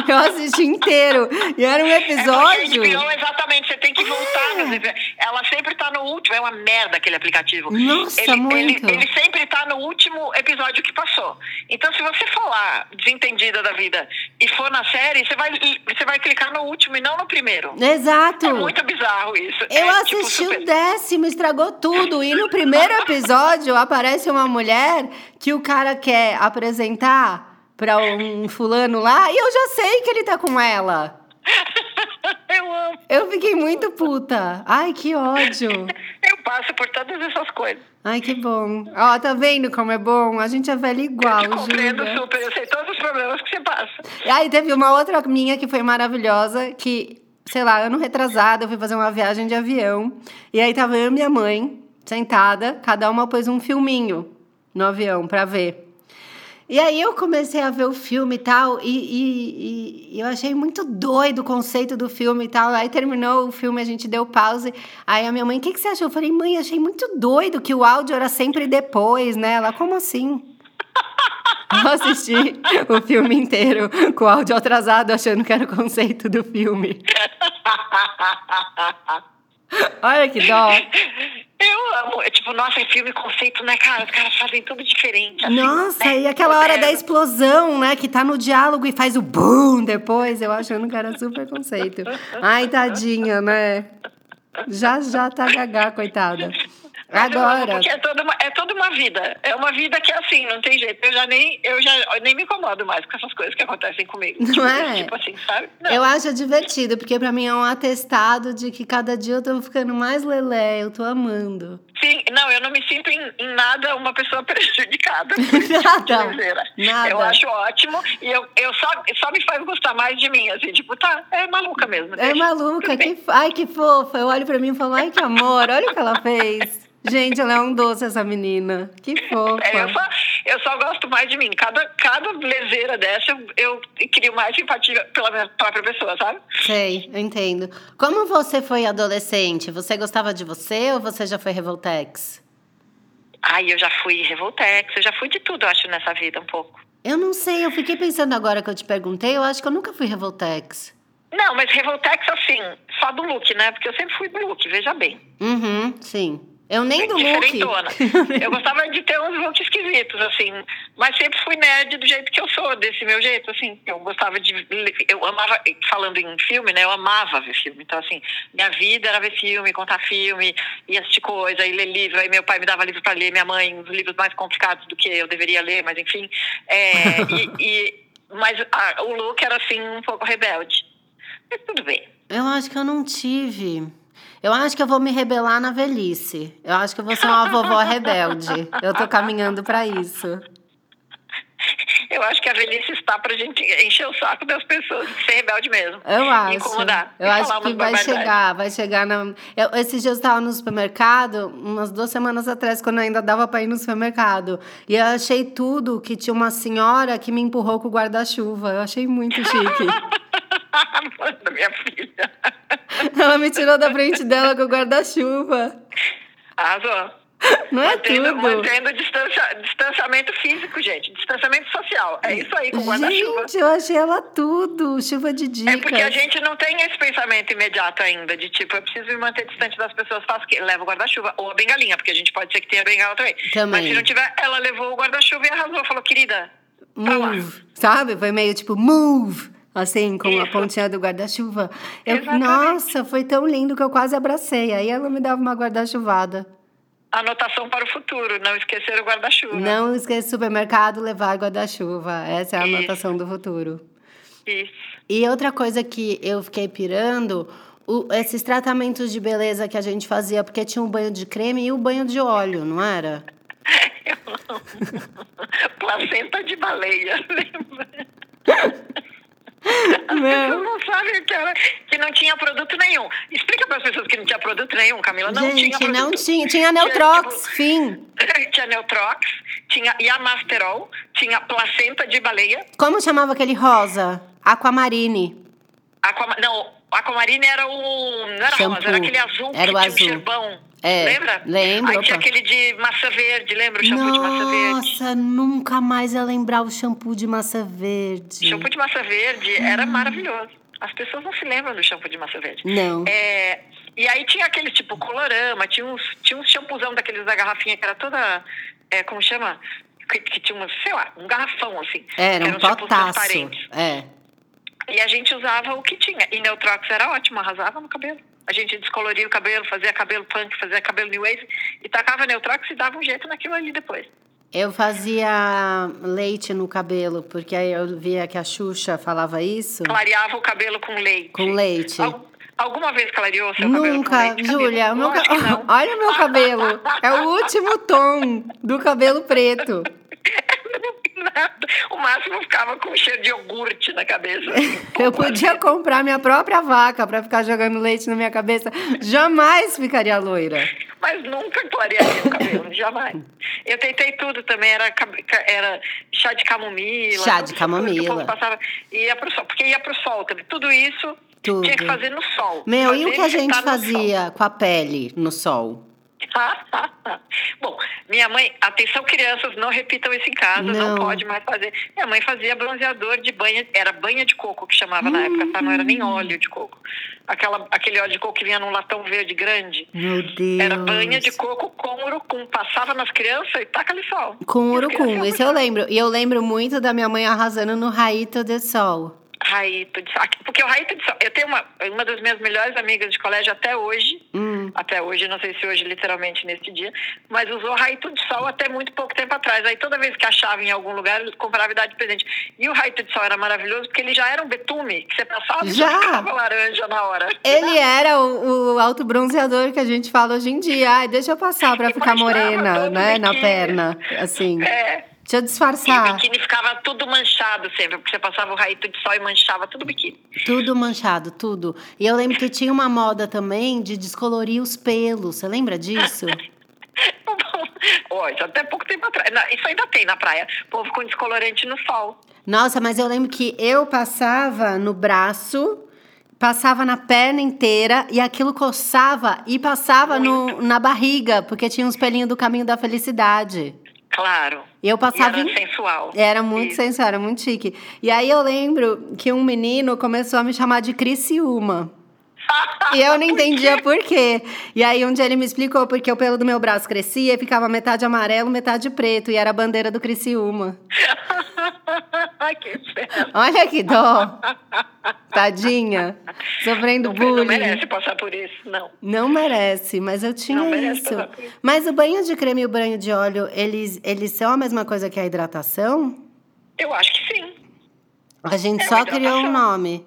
Speaker 1: Eu assisti inteiro. E era um episódio.
Speaker 2: É HBO, exatamente, você tem que
Speaker 1: Ah.
Speaker 2: voltar. nos episódios. Ela sempre tá no último, é uma merda aquele aplicativo.
Speaker 1: Nossa,
Speaker 2: ele,
Speaker 1: muito.
Speaker 2: Ele, ele sempre tá no último episódio que passou. Então, se você for lá, desentendida da vida, e for na série, você vai, você vai clicar no último e não no primeiro.
Speaker 1: Exato.
Speaker 2: É muito bizarro isso.
Speaker 1: Eu
Speaker 2: é, tipo,
Speaker 1: assisti um
Speaker 2: super-
Speaker 1: o décimo, estragou tudo. E no primeiro episódio aparece uma mulher que o cara quer apresentar pra um fulano lá e eu já sei que ele tá com ela.
Speaker 2: Eu amo.
Speaker 1: Eu fiquei muito puta. Ai, que ódio.
Speaker 2: Eu passo por todas essas coisas.
Speaker 1: Ai, que bom. Ó, tá vendo como é bom? A gente é velha igual,
Speaker 2: eu te compreendo
Speaker 1: Júlia.
Speaker 2: super, eu sei todos os problemas que você passa.
Speaker 1: E Aí teve uma outra minha que foi maravilhosa, que, sei lá, ano retrasado, eu fui fazer uma viagem de avião. E aí tava eu e minha mãe, sentada, cada uma pôs um filminho no avião pra ver. E aí eu comecei a ver o filme e tal, e, e- e- e eu achei muito doido o conceito do filme e tal. Aí terminou o filme, a gente deu pause. Aí a minha mãe, o que, que você achou? Eu falei, mãe, achei muito doido que o áudio era sempre depois, né? Ela, como assim? Eu assisti o filme inteiro com o áudio atrasado, achando que era o conceito do filme. Olha que dó.
Speaker 2: Eu amo. É tipo, nossa, é filme conceito, né, cara? Os caras fazem tudo diferente. assim,
Speaker 1: Nossa,
Speaker 2: né?
Speaker 1: e aquela hora da
Speaker 2: Moderno.
Speaker 1: explosão, né? Que tá no diálogo e faz o boom depois, eu achando que era super conceito. Ai, tadinha, né? Já já tá gagá, coitada.
Speaker 2: Mas eu amo,
Speaker 1: Agora.
Speaker 2: porque É toda, uma, é toda uma vida. É uma vida que é assim, não tem jeito. Eu já nem, eu já eu nem me incomodo mais com essas coisas que acontecem comigo.
Speaker 1: Não
Speaker 2: tipo,
Speaker 1: é?
Speaker 2: tipo assim, sabe? Não.
Speaker 1: Eu acho divertido, porque pra mim é um atestado de que cada dia eu tô ficando mais lelé, eu tô amando.
Speaker 2: Sim, não, eu não me sinto em, em nada uma pessoa prejudicada. Tipo,
Speaker 1: Nada.
Speaker 2: Ligeira.
Speaker 1: Nada.
Speaker 2: Eu acho ótimo e eu, eu só, só me faz gostar mais de mim, assim, tipo, tá, é maluca mesmo.
Speaker 1: É
Speaker 2: deixa.
Speaker 1: maluca,
Speaker 2: Tudo bem.
Speaker 1: que, fo- ai que fofa. Eu olho pra mim e falo, ai que amor, olha o que ela fez. Gente, ela é um doce, essa menina. Que fofa.
Speaker 2: É, eu, só, eu só gosto mais de mim. Cada, cada lezeira dessa, eu, eu crio mais simpatia pela minha própria pessoa, sabe?
Speaker 1: Sei, eu entendo. Como você foi adolescente? Você gostava de você ou você já foi revoltex?
Speaker 2: Ai, eu já fui revoltex, eu já fui de tudo, eu acho, nessa vida um pouco.
Speaker 1: Eu não sei, eu fiquei pensando agora que eu te perguntei, eu acho que eu nunca fui revoltex.
Speaker 2: Não, mas revoltex, assim, só do look, né? Porque eu sempre fui do look, veja bem.
Speaker 1: Uhum, sim. Eu nem do look.
Speaker 2: É Diferentona. eu gostava de ter uns looks esquisitos, assim. Mas sempre fui nerd do jeito que eu sou, desse meu jeito, assim. Eu gostava de. Eu amava, falando em filme, né? Eu amava ver filme. Então, assim, minha vida era ver filme, contar filme, e assistir coisa, e ler livro. Aí meu pai me dava livro pra ler, minha mãe, uns livros mais complicados do que eu deveria ler, mas enfim. É, e, e- mas ah, o look era, assim, um pouco rebelde. Mas tudo bem.
Speaker 1: Eu acho que eu não tive. Eu acho que eu vou me rebelar na velhice. Eu acho que eu vou ser uma vovó rebelde. Eu tô caminhando pra isso.
Speaker 2: Eu acho que a velhice está pra gente encher o saco das pessoas, ser rebelde mesmo.
Speaker 1: Eu acho.
Speaker 2: incomodar.
Speaker 1: Eu
Speaker 2: E
Speaker 1: acho
Speaker 2: falar
Speaker 1: que
Speaker 2: umas
Speaker 1: vai
Speaker 2: barbaridades.
Speaker 1: chegar, vai chegar na. Eu, esses dias eu estava no supermercado, umas duas semanas atrás, quando ainda dava para ir no supermercado. E eu achei tudo que tinha uma senhora que me empurrou com o guarda-chuva. Eu achei muito chique.
Speaker 2: Manda, minha filha.
Speaker 1: Ela me tirou da frente dela com o guarda-chuva.
Speaker 2: Arrasou.
Speaker 1: Não é
Speaker 2: mantendo,
Speaker 1: tudo.
Speaker 2: mantendo distancia- distanciamento físico, gente. Distanciamento social. É isso aí, com guarda-chuva.
Speaker 1: Gente, eu achei ela tudo. Chuva de dicas.
Speaker 2: É porque a gente não tem esse pensamento imediato ainda, de tipo, eu preciso me manter distante das pessoas, faço o quê? Levo o guarda-chuva ou a bengalinha, porque a gente pode ser que tenha bengala também.
Speaker 1: Também.
Speaker 2: Mas se não tiver, ela levou o guarda-chuva e arrasou, falou, querida, tá lá.
Speaker 1: Move, sabe? Foi meio tipo move, assim, com a
Speaker 2: Isso.
Speaker 1: pontinha do guarda-chuva. Eu,
Speaker 2: Exatamente.
Speaker 1: nossa, foi tão lindo que eu quase abracei. Aí ela me dava uma guarda-chuvada.
Speaker 2: Anotação para o futuro, não esquecer o guarda-chuva.
Speaker 1: Não esqueça supermercado levar guarda-chuva. Essa é a
Speaker 2: Isso.
Speaker 1: anotação do futuro.
Speaker 2: Isso.
Speaker 1: E outra coisa que eu fiquei pirando, o- esses tratamentos de beleza que a gente fazia, porque tinha o banho de creme e o banho de óleo, não era?
Speaker 2: Eu não. Placenta de baleia, lembra?
Speaker 1: Não.
Speaker 2: Não. não sabe que, era, que não tinha produto nenhum. Explica para as pessoas que não tinha produto nenhum, Camila. Não tinha
Speaker 1: gente,
Speaker 2: produto.
Speaker 1: não tinha. Tinha Neutrox,
Speaker 2: tipo,
Speaker 1: fim.
Speaker 2: tinha Neutrox, tinha Yamasterol, tinha placenta de baleia.
Speaker 1: Como chamava aquele rosa? Aquamarine.
Speaker 2: Aquama, não, Aquamarine era o... Não era rosa,
Speaker 1: Shampoo.
Speaker 2: era aquele azul
Speaker 1: Era
Speaker 2: que
Speaker 1: o
Speaker 2: tinha
Speaker 1: azul.
Speaker 2: um gerbão.
Speaker 1: É,
Speaker 2: lembra?
Speaker 1: lembro,
Speaker 2: Aí tinha
Speaker 1: opa.
Speaker 2: aquele de massa verde, lembra? O shampoo de massa verde.
Speaker 1: Nossa, nunca mais ia lembrar o shampoo de massa verde.
Speaker 2: Shampoo de massa verde era
Speaker 1: Hum.
Speaker 2: maravilhoso. As pessoas não se lembram do shampoo de massa verde.
Speaker 1: Não.
Speaker 2: É, e aí tinha aquele tipo colorama, tinha uns, tinha uns shampoozão daqueles da garrafinha que era toda. é, como chama? Que, que tinha um, sei lá, um garrafão assim.
Speaker 1: Era
Speaker 2: Que
Speaker 1: um
Speaker 2: eram shampoos
Speaker 1: potaço.
Speaker 2: transparentes.
Speaker 1: É.
Speaker 2: E a gente usava o que tinha. E Neutrox era ótimo, arrasava no cabelo. A gente descoloria o cabelo, fazia cabelo punk, fazia cabelo new wave e tacava Neutrox e dava um jeito naquilo ali depois.
Speaker 1: Eu fazia leite no cabelo, porque aí eu via que a Xuxa falava isso.
Speaker 2: Clareava o cabelo com leite.
Speaker 1: Com leite.
Speaker 2: Al- alguma vez clareou seu cabelo com
Speaker 1: Nunca,
Speaker 2: leite? Camila?
Speaker 1: Júlia, o meu
Speaker 2: Lógico
Speaker 1: ca-
Speaker 2: que não.
Speaker 1: olha o meu cabelo. É o último tom do cabelo preto.
Speaker 2: Eu não fiz nada. O máximo ficava com um cheiro de iogurte na cabeça. assim.
Speaker 1: Eu podia comprar minha própria vaca pra ficar jogando leite na minha cabeça. Jamais ficaria loira.
Speaker 2: Mas nunca clarearia o cabelo, jamais. Eu tentei tudo também, era, cab- ca- era chá de camomila.
Speaker 1: Chá
Speaker 2: tudo
Speaker 1: de
Speaker 2: essas coisas que o
Speaker 1: camomila.
Speaker 2: povo passava. E ia pro sol, porque ia pro sol também. Tudo isso
Speaker 1: Tudo.
Speaker 2: tinha que fazer no sol.
Speaker 1: Meu, e o que a
Speaker 2: Fazer ficar
Speaker 1: gente
Speaker 2: tá no sol.
Speaker 1: fazia com a pele no sol?
Speaker 2: Bom, minha mãe, atenção crianças, não repitam isso em casa,
Speaker 1: Não.
Speaker 2: não. pode mais fazer. Minha mãe fazia bronzeador de banha, era banha de coco que chamava na época, tá? não era nem óleo de coco. Aquela, aquele óleo de coco que vinha num latão verde grande.
Speaker 1: Meu Deus.
Speaker 2: Era banha de coco com urucum, passava nas crianças e taca-lhe sol.
Speaker 1: Com
Speaker 2: E as
Speaker 1: urucum,
Speaker 2: crianças-
Speaker 1: esse eu lembro. E eu lembro muito da minha mãe arrasando no raito de sol.
Speaker 2: Raíto de sol. Aqui- Porque o raíto de sol, eu tenho uma, uma das minhas melhores amigas de colégio até hoje,
Speaker 1: Hum.
Speaker 2: até hoje, não sei se hoje literalmente nesse dia, mas usou raito de sol até muito pouco tempo atrás. Aí toda vez que achava em algum lugar, ele comprava e dava de presente. E o raito de sol era maravilhoso porque ele já era um betume, que você passava e
Speaker 1: Já?
Speaker 2: já ficava laranja na hora.
Speaker 1: Ele era o, o alto bronzeador que a gente fala hoje em dia. Ai, deixa eu passar pra
Speaker 2: E
Speaker 1: ficar
Speaker 2: mostrava
Speaker 1: morena,
Speaker 2: todo
Speaker 1: né? Na
Speaker 2: biquíni.
Speaker 1: perna, assim.
Speaker 2: É.
Speaker 1: Deixa eu
Speaker 2: E o
Speaker 1: disfarçar.
Speaker 2: biquíni ficava tudo manchado sempre, porque você passava o raito de sol e manchava tudo o biquíni.
Speaker 1: Tudo manchado, tudo. E eu lembro que tinha uma moda também de descolorir os pelos. Você lembra disso?
Speaker 2: Ó, isso até pouco tempo atrás. Na- Isso ainda tem na praia. Povo com descolorante no sol.
Speaker 1: Nossa, mas eu lembro que eu passava no braço, passava na perna inteira e aquilo coçava e passava no, na barriga, porque tinha uns pelinhos do caminho da felicidade.
Speaker 2: Claro.
Speaker 1: E eu
Speaker 2: E
Speaker 1: passava
Speaker 2: era
Speaker 1: em-
Speaker 2: sensual.
Speaker 1: Era muito
Speaker 2: Isso.
Speaker 1: sensual, era muito chique. E aí eu lembro que um menino começou a me chamar de Criciúma. E eu não entendia por quê. E aí um dia ele me explicou porque o pelo do meu braço crescia e ficava metade amarelo, metade preto. E era a bandeira do Criciúma.
Speaker 2: que inferno.
Speaker 1: Olha que dó. Tadinha. Sofrendo
Speaker 2: Não,
Speaker 1: bullying.
Speaker 2: não merece passar por isso, não.
Speaker 1: Não merece, mas eu tinha
Speaker 2: Não merece
Speaker 1: isso.
Speaker 2: passar por isso.
Speaker 1: Mas o banho de creme e o banho de óleo, eles, eles são a mesma coisa que a hidratação?
Speaker 2: Eu acho que sim.
Speaker 1: A gente
Speaker 2: É
Speaker 1: só
Speaker 2: uma
Speaker 1: criou um
Speaker 2: hidratação.
Speaker 1: nome.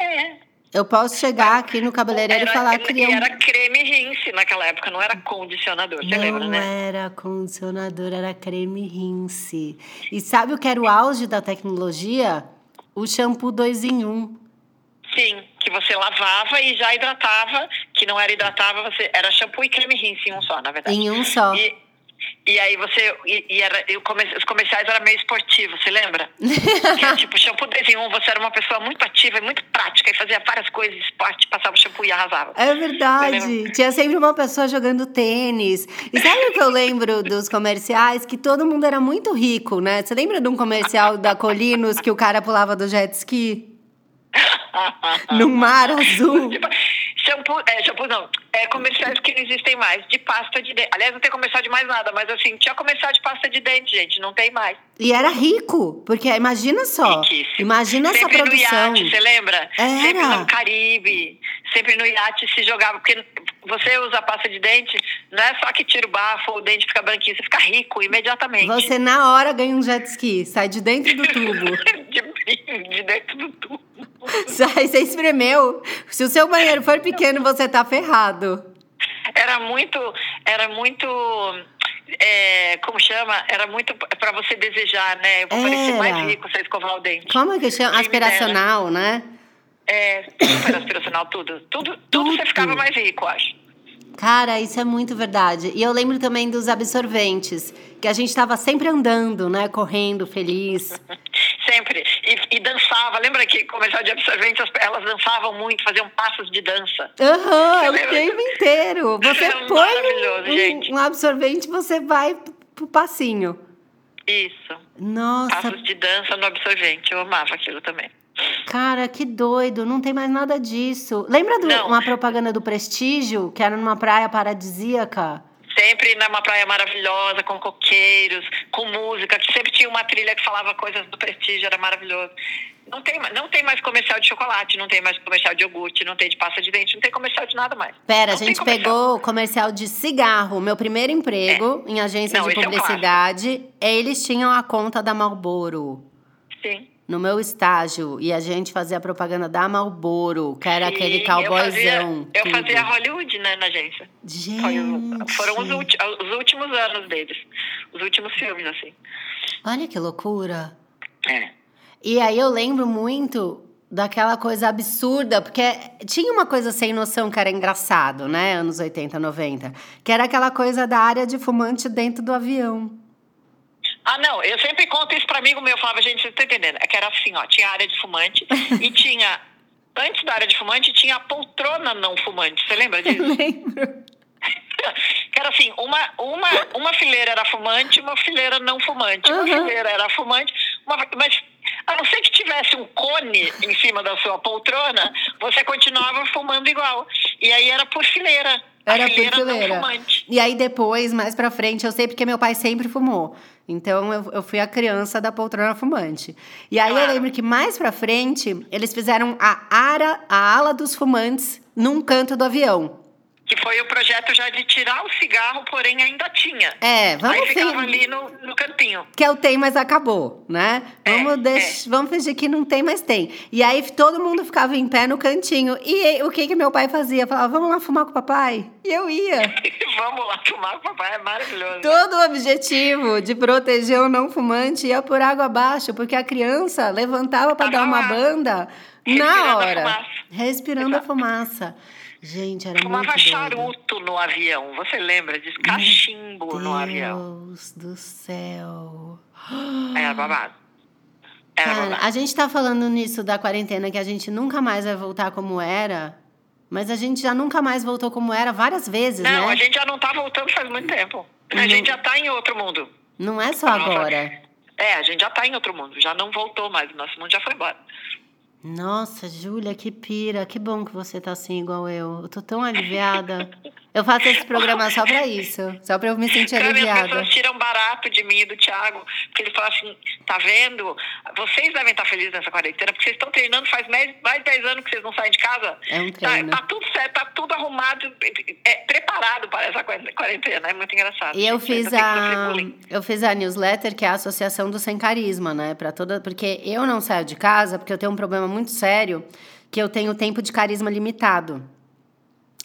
Speaker 2: É.
Speaker 1: Eu posso chegar aqui no cabeleireiro
Speaker 2: Era-
Speaker 1: e falar
Speaker 2: e
Speaker 1: criou um...
Speaker 2: era creme rinse naquela época, não era condicionador, você lembra,
Speaker 1: Não é.
Speaker 2: né?
Speaker 1: era condicionador, era creme rinse. E sabe o que era o auge da tecnologia? O shampoo dois em um.
Speaker 2: Sim, que você lavava e já hidratava, que não era hidratava, você era shampoo e creme rinse em um só, na verdade.
Speaker 1: Em um só.
Speaker 2: E, e aí você. E, e era, e o comer- os comerciais eram meio esportivos, você lembra? que é tipo, shampoo 2 em 1, você era uma pessoa muito ativa e muito prática, e fazia várias coisas, esporte, passava o shampoo e arrasava.
Speaker 1: É verdade.
Speaker 2: Lembra?
Speaker 1: Tinha sempre uma pessoa jogando tênis. E sabe o que eu lembro dos comerciais? Que todo mundo era muito rico, né? Você lembra de um comercial da Colinos que o cara pulava do jet ski? Num mar azul.
Speaker 2: Tipo, shampoo, é, shampoo não. É comerciais que não existem mais, de pasta de dente. Aliás, não tem comercial de mais nada, mas assim, tinha comercial de pasta de dente, gente, não tem mais.
Speaker 1: E era rico, porque imagina só.
Speaker 2: Riquíssimo.
Speaker 1: Imagina essa
Speaker 2: sempre
Speaker 1: produção.
Speaker 2: no iate, você lembra?
Speaker 1: Era.
Speaker 2: Sempre no Caribe, sempre no iate se jogava, porque você usa pasta de dente, não é só que tira o bafo, o dente fica branquinho, você fica rico imediatamente.
Speaker 1: Você na hora ganha um jet ski, sai de dentro do tubo.
Speaker 2: de, brinde, de dentro do tubo.
Speaker 1: sai, você espremeu. Se o seu banheiro for pequeno, você tá ferrado.
Speaker 2: Era muito, era muito, é, como chama? Era muito pra você desejar, né? Eu vou parecer
Speaker 1: Era.
Speaker 2: mais rico se eu escovar o dente.
Speaker 1: Como é que chama?
Speaker 2: Quem me dera.
Speaker 1: Aspiracional, né?
Speaker 2: É, super aspiracional, tudo, tudo. Tudo você
Speaker 1: Tudo.
Speaker 2: ficava mais rico, acho.
Speaker 1: Cara, isso é muito verdade. E eu lembro também dos absorventes, que a gente tava sempre andando, né? Correndo, feliz.
Speaker 2: Sempre. E, e dançava dançava, lembra que comercial de absorvente, as- elas dançavam muito, faziam passos de dança.
Speaker 1: Aham,
Speaker 2: Você
Speaker 1: o
Speaker 2: lembra?
Speaker 1: tempo inteiro. Você
Speaker 2: É maravilhoso,
Speaker 1: põe
Speaker 2: gente.
Speaker 1: um, um absorvente, você vai p- pro passinho.
Speaker 2: Isso.
Speaker 1: Nossa,
Speaker 2: Passos de dança no absorvente. Eu amava aquilo também.
Speaker 1: cara, que doido. Não tem mais nada disso. Lembra de
Speaker 2: Não.
Speaker 1: uma propaganda do Prestígio, que era numa praia paradisíaca?
Speaker 2: Sempre numa praia maravilhosa, com coqueiros, com música, que sempre tinha uma trilha que falava coisas do prestígio, era maravilhoso. Não tem, ma- não tem mais comercial de chocolate, não tem mais comercial de iogurte, não tem de pasta de dente, não tem comercial de nada mais.
Speaker 1: Pera, a
Speaker 2: Não tem
Speaker 1: gente
Speaker 2: comercial.
Speaker 1: pegou o comercial de cigarro, meu primeiro emprego em agência
Speaker 2: Não,
Speaker 1: de
Speaker 2: esse é um
Speaker 1: publicidade. eles tinham a conta da Marlboro
Speaker 2: Sim.
Speaker 1: no meu estágio e a gente fazia a propaganda da Marlboro, que era aquele
Speaker 2: E
Speaker 1: cowboyzão.
Speaker 2: Eu fazia, eu
Speaker 1: tudo.
Speaker 2: fazia Hollywood, né, na agência. Foi o-
Speaker 1: Gente,
Speaker 2: Foram os, ulti- os últimos anos deles. Os últimos filmes, assim.
Speaker 1: olha que loucura.
Speaker 2: É.
Speaker 1: E aí eu lembro muito daquela coisa absurda, porque tinha uma coisa sem noção que era engraçado, né? Anos 80, 90. Que era aquela coisa da área de fumante dentro do avião.
Speaker 2: Ah, não, eu sempre conto isso pra amigo meu, eu falava, gente, vocês estão entendendo? É que era assim, ó, tinha a área de fumante e tinha, antes da área de fumante, tinha a poltrona não fumante, você lembra disso?
Speaker 1: Uhum. Lembro.
Speaker 2: que era assim, uma, uma, uma fileira era fumante, uma fileira não fumante, uma
Speaker 1: Uhum.
Speaker 2: fileira era fumante, uma- mas a não ser que tivesse um cone em cima da sua poltrona, você continuava fumando igual. E aí era por fileira.
Speaker 1: Era
Speaker 2: a
Speaker 1: por
Speaker 2: fileira,
Speaker 1: fileira.
Speaker 2: não fumante.
Speaker 1: E aí depois, mais pra frente, eu sei porque meu pai sempre fumou. Então eu, eu fui a criança da poltrona fumante. E aí eu
Speaker 2: Claro.
Speaker 1: lembro que mais pra frente, eles fizeram a, ara, a ala dos fumantes num canto do avião.
Speaker 2: Que foi o projeto já de tirar o cigarro, porém ainda tinha.
Speaker 1: É,
Speaker 2: Aí
Speaker 1: vamos
Speaker 2: ficava
Speaker 1: fingir
Speaker 2: ali no, no cantinho.
Speaker 1: que eu tenho, mas acabou, né?
Speaker 2: É,
Speaker 1: Vamos, deix... vamos fingir que não tem, mas tem. E aí todo mundo ficava em pé no cantinho. E o que que meu pai fazia? Falava, vamos lá fumar com o papai? E eu ia.
Speaker 2: Vamos lá tomar o papai, é maravilhoso.
Speaker 1: Todo o objetivo de proteger o não fumante ia por água abaixo, porque a criança levantava para
Speaker 2: Tava
Speaker 1: dar uma
Speaker 2: lá,
Speaker 1: banda
Speaker 2: respirando
Speaker 1: na
Speaker 2: a
Speaker 1: hora,
Speaker 2: fumaça.
Speaker 1: respirando a fumaça. Gente, era Tá muito
Speaker 2: Fumava
Speaker 1: doido.
Speaker 2: charuto no avião, você lembra disso? Cachimbo no avião.
Speaker 1: Deus do céu.
Speaker 2: Era babado. Era né?
Speaker 1: Cara,
Speaker 2: babado.
Speaker 1: a gente tá falando nisso da quarentena que a gente nunca mais vai voltar como era, mas a gente já nunca mais voltou como era várias vezes,
Speaker 2: Não,
Speaker 1: né?
Speaker 2: a gente já não tá voltando faz muito tempo. A
Speaker 1: Não.
Speaker 2: gente já tá em outro mundo.
Speaker 1: Não é só
Speaker 2: A nossa-
Speaker 1: agora.
Speaker 2: É, a gente já tá em outro mundo. Já não voltou mais. O nosso mundo já foi embora.
Speaker 1: Nossa, Júlia, que pira. Que bom que você tá assim igual eu. Eu tô tão aliviada. Eu faço esse programa só pra isso. Só pra eu me sentir
Speaker 2: Cara, Então, as
Speaker 1: aliviada.
Speaker 2: pessoas tiram barato de mim e do Thiago, porque eles falam assim, tá vendo? Vocês devem estar felizes nessa quarentena, porque vocês estão treinando faz mais, mais 10 anos que vocês não saem de casa.
Speaker 1: É um
Speaker 2: Tá,
Speaker 1: treino.
Speaker 2: tá tudo certo, tá tudo arrumado, é, preparado para essa quarentena. É muito engraçado.
Speaker 1: E eu
Speaker 2: gente.
Speaker 1: fiz
Speaker 2: tenho que sofrer
Speaker 1: a
Speaker 2: bullying.
Speaker 1: eu fiz a newsletter que é a Associação do Sem Carisma, né, para toda, porque eu não saio de casa porque eu tenho um problema muito sério, que eu tenho tempo de carisma limitado.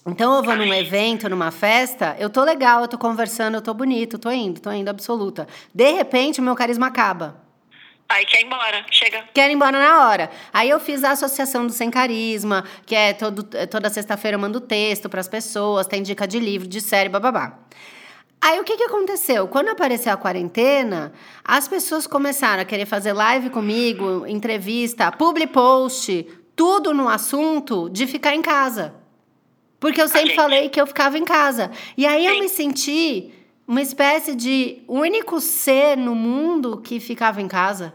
Speaker 1: Então eu vou num evento, numa festa, eu tô legal, eu tô conversando, eu tô bonito, tô indo, tô indo absoluta. De repente, o meu carisma acaba.
Speaker 2: Aí quer ir embora, chega.
Speaker 1: Quero ir embora na hora. Aí eu fiz a Associação do Sem Carisma, que é todo, é toda sexta-feira eu mando texto pras pessoas, tem dica de livro, de série, bababá. Aí o que, que aconteceu? Quando apareceu a quarentena, as pessoas começaram a querer fazer live comigo, entrevista, public post, tudo no assunto de ficar em casa. Porque eu sempre
Speaker 2: Ah, gente.
Speaker 1: falei que eu ficava em casa. E aí eu
Speaker 2: Sim.
Speaker 1: me senti uma espécie de único ser no mundo que ficava em casa.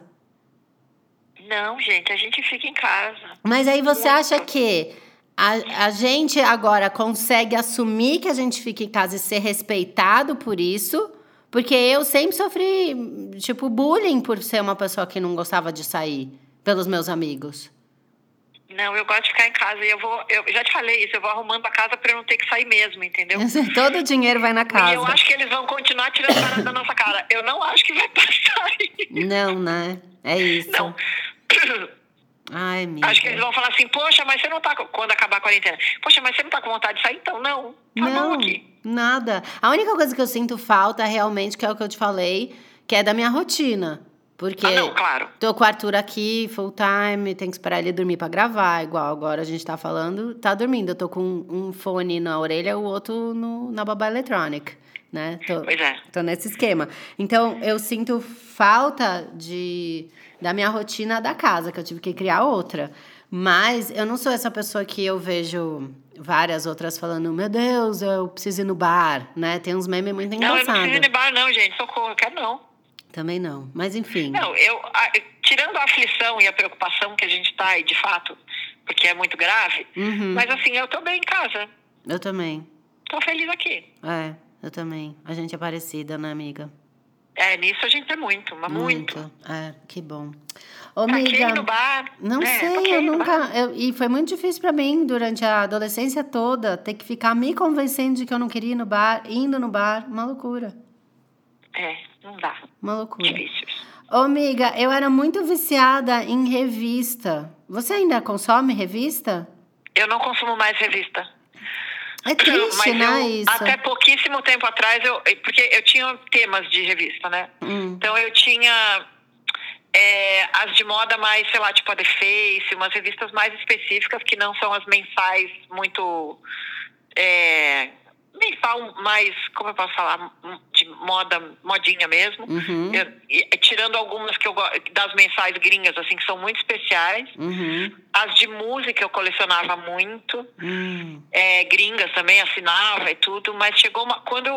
Speaker 2: Não, gente, a gente fica em casa.
Speaker 1: Mas aí você
Speaker 2: Muito.
Speaker 1: acha que a, a gente agora consegue assumir que a gente fica em casa e ser respeitado por isso? Porque eu sempre sofri, tipo, bullying por ser uma pessoa que não gostava de sair pelos meus amigos.
Speaker 2: Não, eu gosto de ficar em casa e eu vou. Eu já te falei isso, eu vou arrumando a casa pra eu não ter que sair mesmo, entendeu?
Speaker 1: Todo o dinheiro vai na
Speaker 2: E eu
Speaker 1: casa.
Speaker 2: acho que eles vão continuar tirando parada da nossa cara. Eu não acho que vai passar isso.
Speaker 1: Não, né? É isso.
Speaker 2: Não.
Speaker 1: Ai, amiga.
Speaker 2: Acho que eles vão falar assim, poxa, mas você não tá. com- Quando acabar a quarentena, poxa, mas você não tá com vontade de sair, então? Não. Tá bom
Speaker 1: Não,
Speaker 2: aqui.
Speaker 1: nada. A única coisa que eu sinto falta realmente, que é o que eu te falei, que é da minha rotina. Porque
Speaker 2: Ah, não, claro.
Speaker 1: Tô com o Arthur aqui, full time, tem que esperar ele dormir pra gravar, igual agora a gente tá um falando, tá dormindo. Eu tô com um fone na orelha, o outro no- na babá eletrônica. né? Tô,
Speaker 2: Pois é.
Speaker 1: tô nesse esquema. Então, eu sinto falta de da minha rotina da casa, que eu tive que criar outra. Mas eu não sou essa pessoa que eu vejo várias outras falando, meu Deus, eu preciso ir no bar, né? Tem uns memes muito
Speaker 2: Não, eu não preciso ir
Speaker 1: engraçados.
Speaker 2: de bar, não, gente. Socorro, eu quero não.
Speaker 1: Também não. Mas enfim.
Speaker 2: Não, eu a- tirando a aflição e a preocupação que a gente tá aí, de fato, porque é muito grave,
Speaker 1: Uhum.
Speaker 2: mas assim, eu tô bem em casa.
Speaker 1: Eu também.
Speaker 2: Tô feliz aqui.
Speaker 1: É, eu também. A gente é parecida, né, amiga?
Speaker 2: É, nisso a gente é muito, mas muito.
Speaker 1: É, que bom. Ô,
Speaker 2: Taquei
Speaker 1: amiga.
Speaker 2: no bar.
Speaker 1: Não
Speaker 2: né?
Speaker 1: sei,
Speaker 2: Taquei
Speaker 1: eu
Speaker 2: no bar.
Speaker 1: nunca. eu- e foi muito difícil pra mim durante a adolescência toda ter que ficar me convencendo de que eu não queria ir no bar, indo no bar. Uma loucura.
Speaker 2: É, não dá.
Speaker 1: Uma loucura.
Speaker 2: Difícil.
Speaker 1: Ô, amiga, eu era muito viciada em revista. Você ainda consome revista?
Speaker 2: Eu não consumo mais revista.
Speaker 1: É triste,
Speaker 2: mas
Speaker 1: né?
Speaker 2: eu,
Speaker 1: isso.
Speaker 2: até pouquíssimo tempo atrás, eu, porque eu tinha temas de revista, né?
Speaker 1: Hum,
Speaker 2: Então eu tinha é, as de moda mais, sei lá, tipo a The Face, umas revistas mais específicas que não são as mensais muito. É, mensal mais, como eu posso falar, m- de moda, modinha mesmo.
Speaker 1: uhum,
Speaker 2: Eu- e- tirando algumas que eu go- das mensais gringas, assim, que são muito especiais.
Speaker 1: uhum,
Speaker 2: As de música eu colecionava muito
Speaker 1: hum.
Speaker 2: é, gringas também assinava e tudo, mas chegou uma quando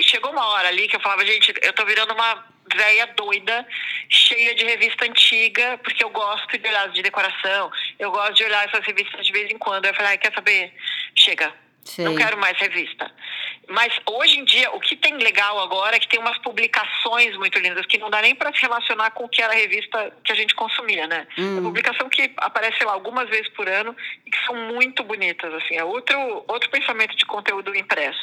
Speaker 2: chegou uma hora ali que eu falava gente, eu tô virando uma velha doida, cheia de revista antiga, porque eu gosto de olhar as de decoração, eu gosto de olhar essas revistas de vez em quando. Aí Eu falei, ah, quer saber? Chega.
Speaker 1: Sei.
Speaker 2: Não quero mais revista. Mas hoje em dia, o que tem legal agora é que tem umas publicações muito lindas que não dá nem para se relacionar com o que era a revista que a gente consumia, né?
Speaker 1: Hum.
Speaker 2: É publicação que aparece, sei lá, algumas vezes por ano e que são muito bonitas, assim. É outro, outro pensamento de conteúdo impresso.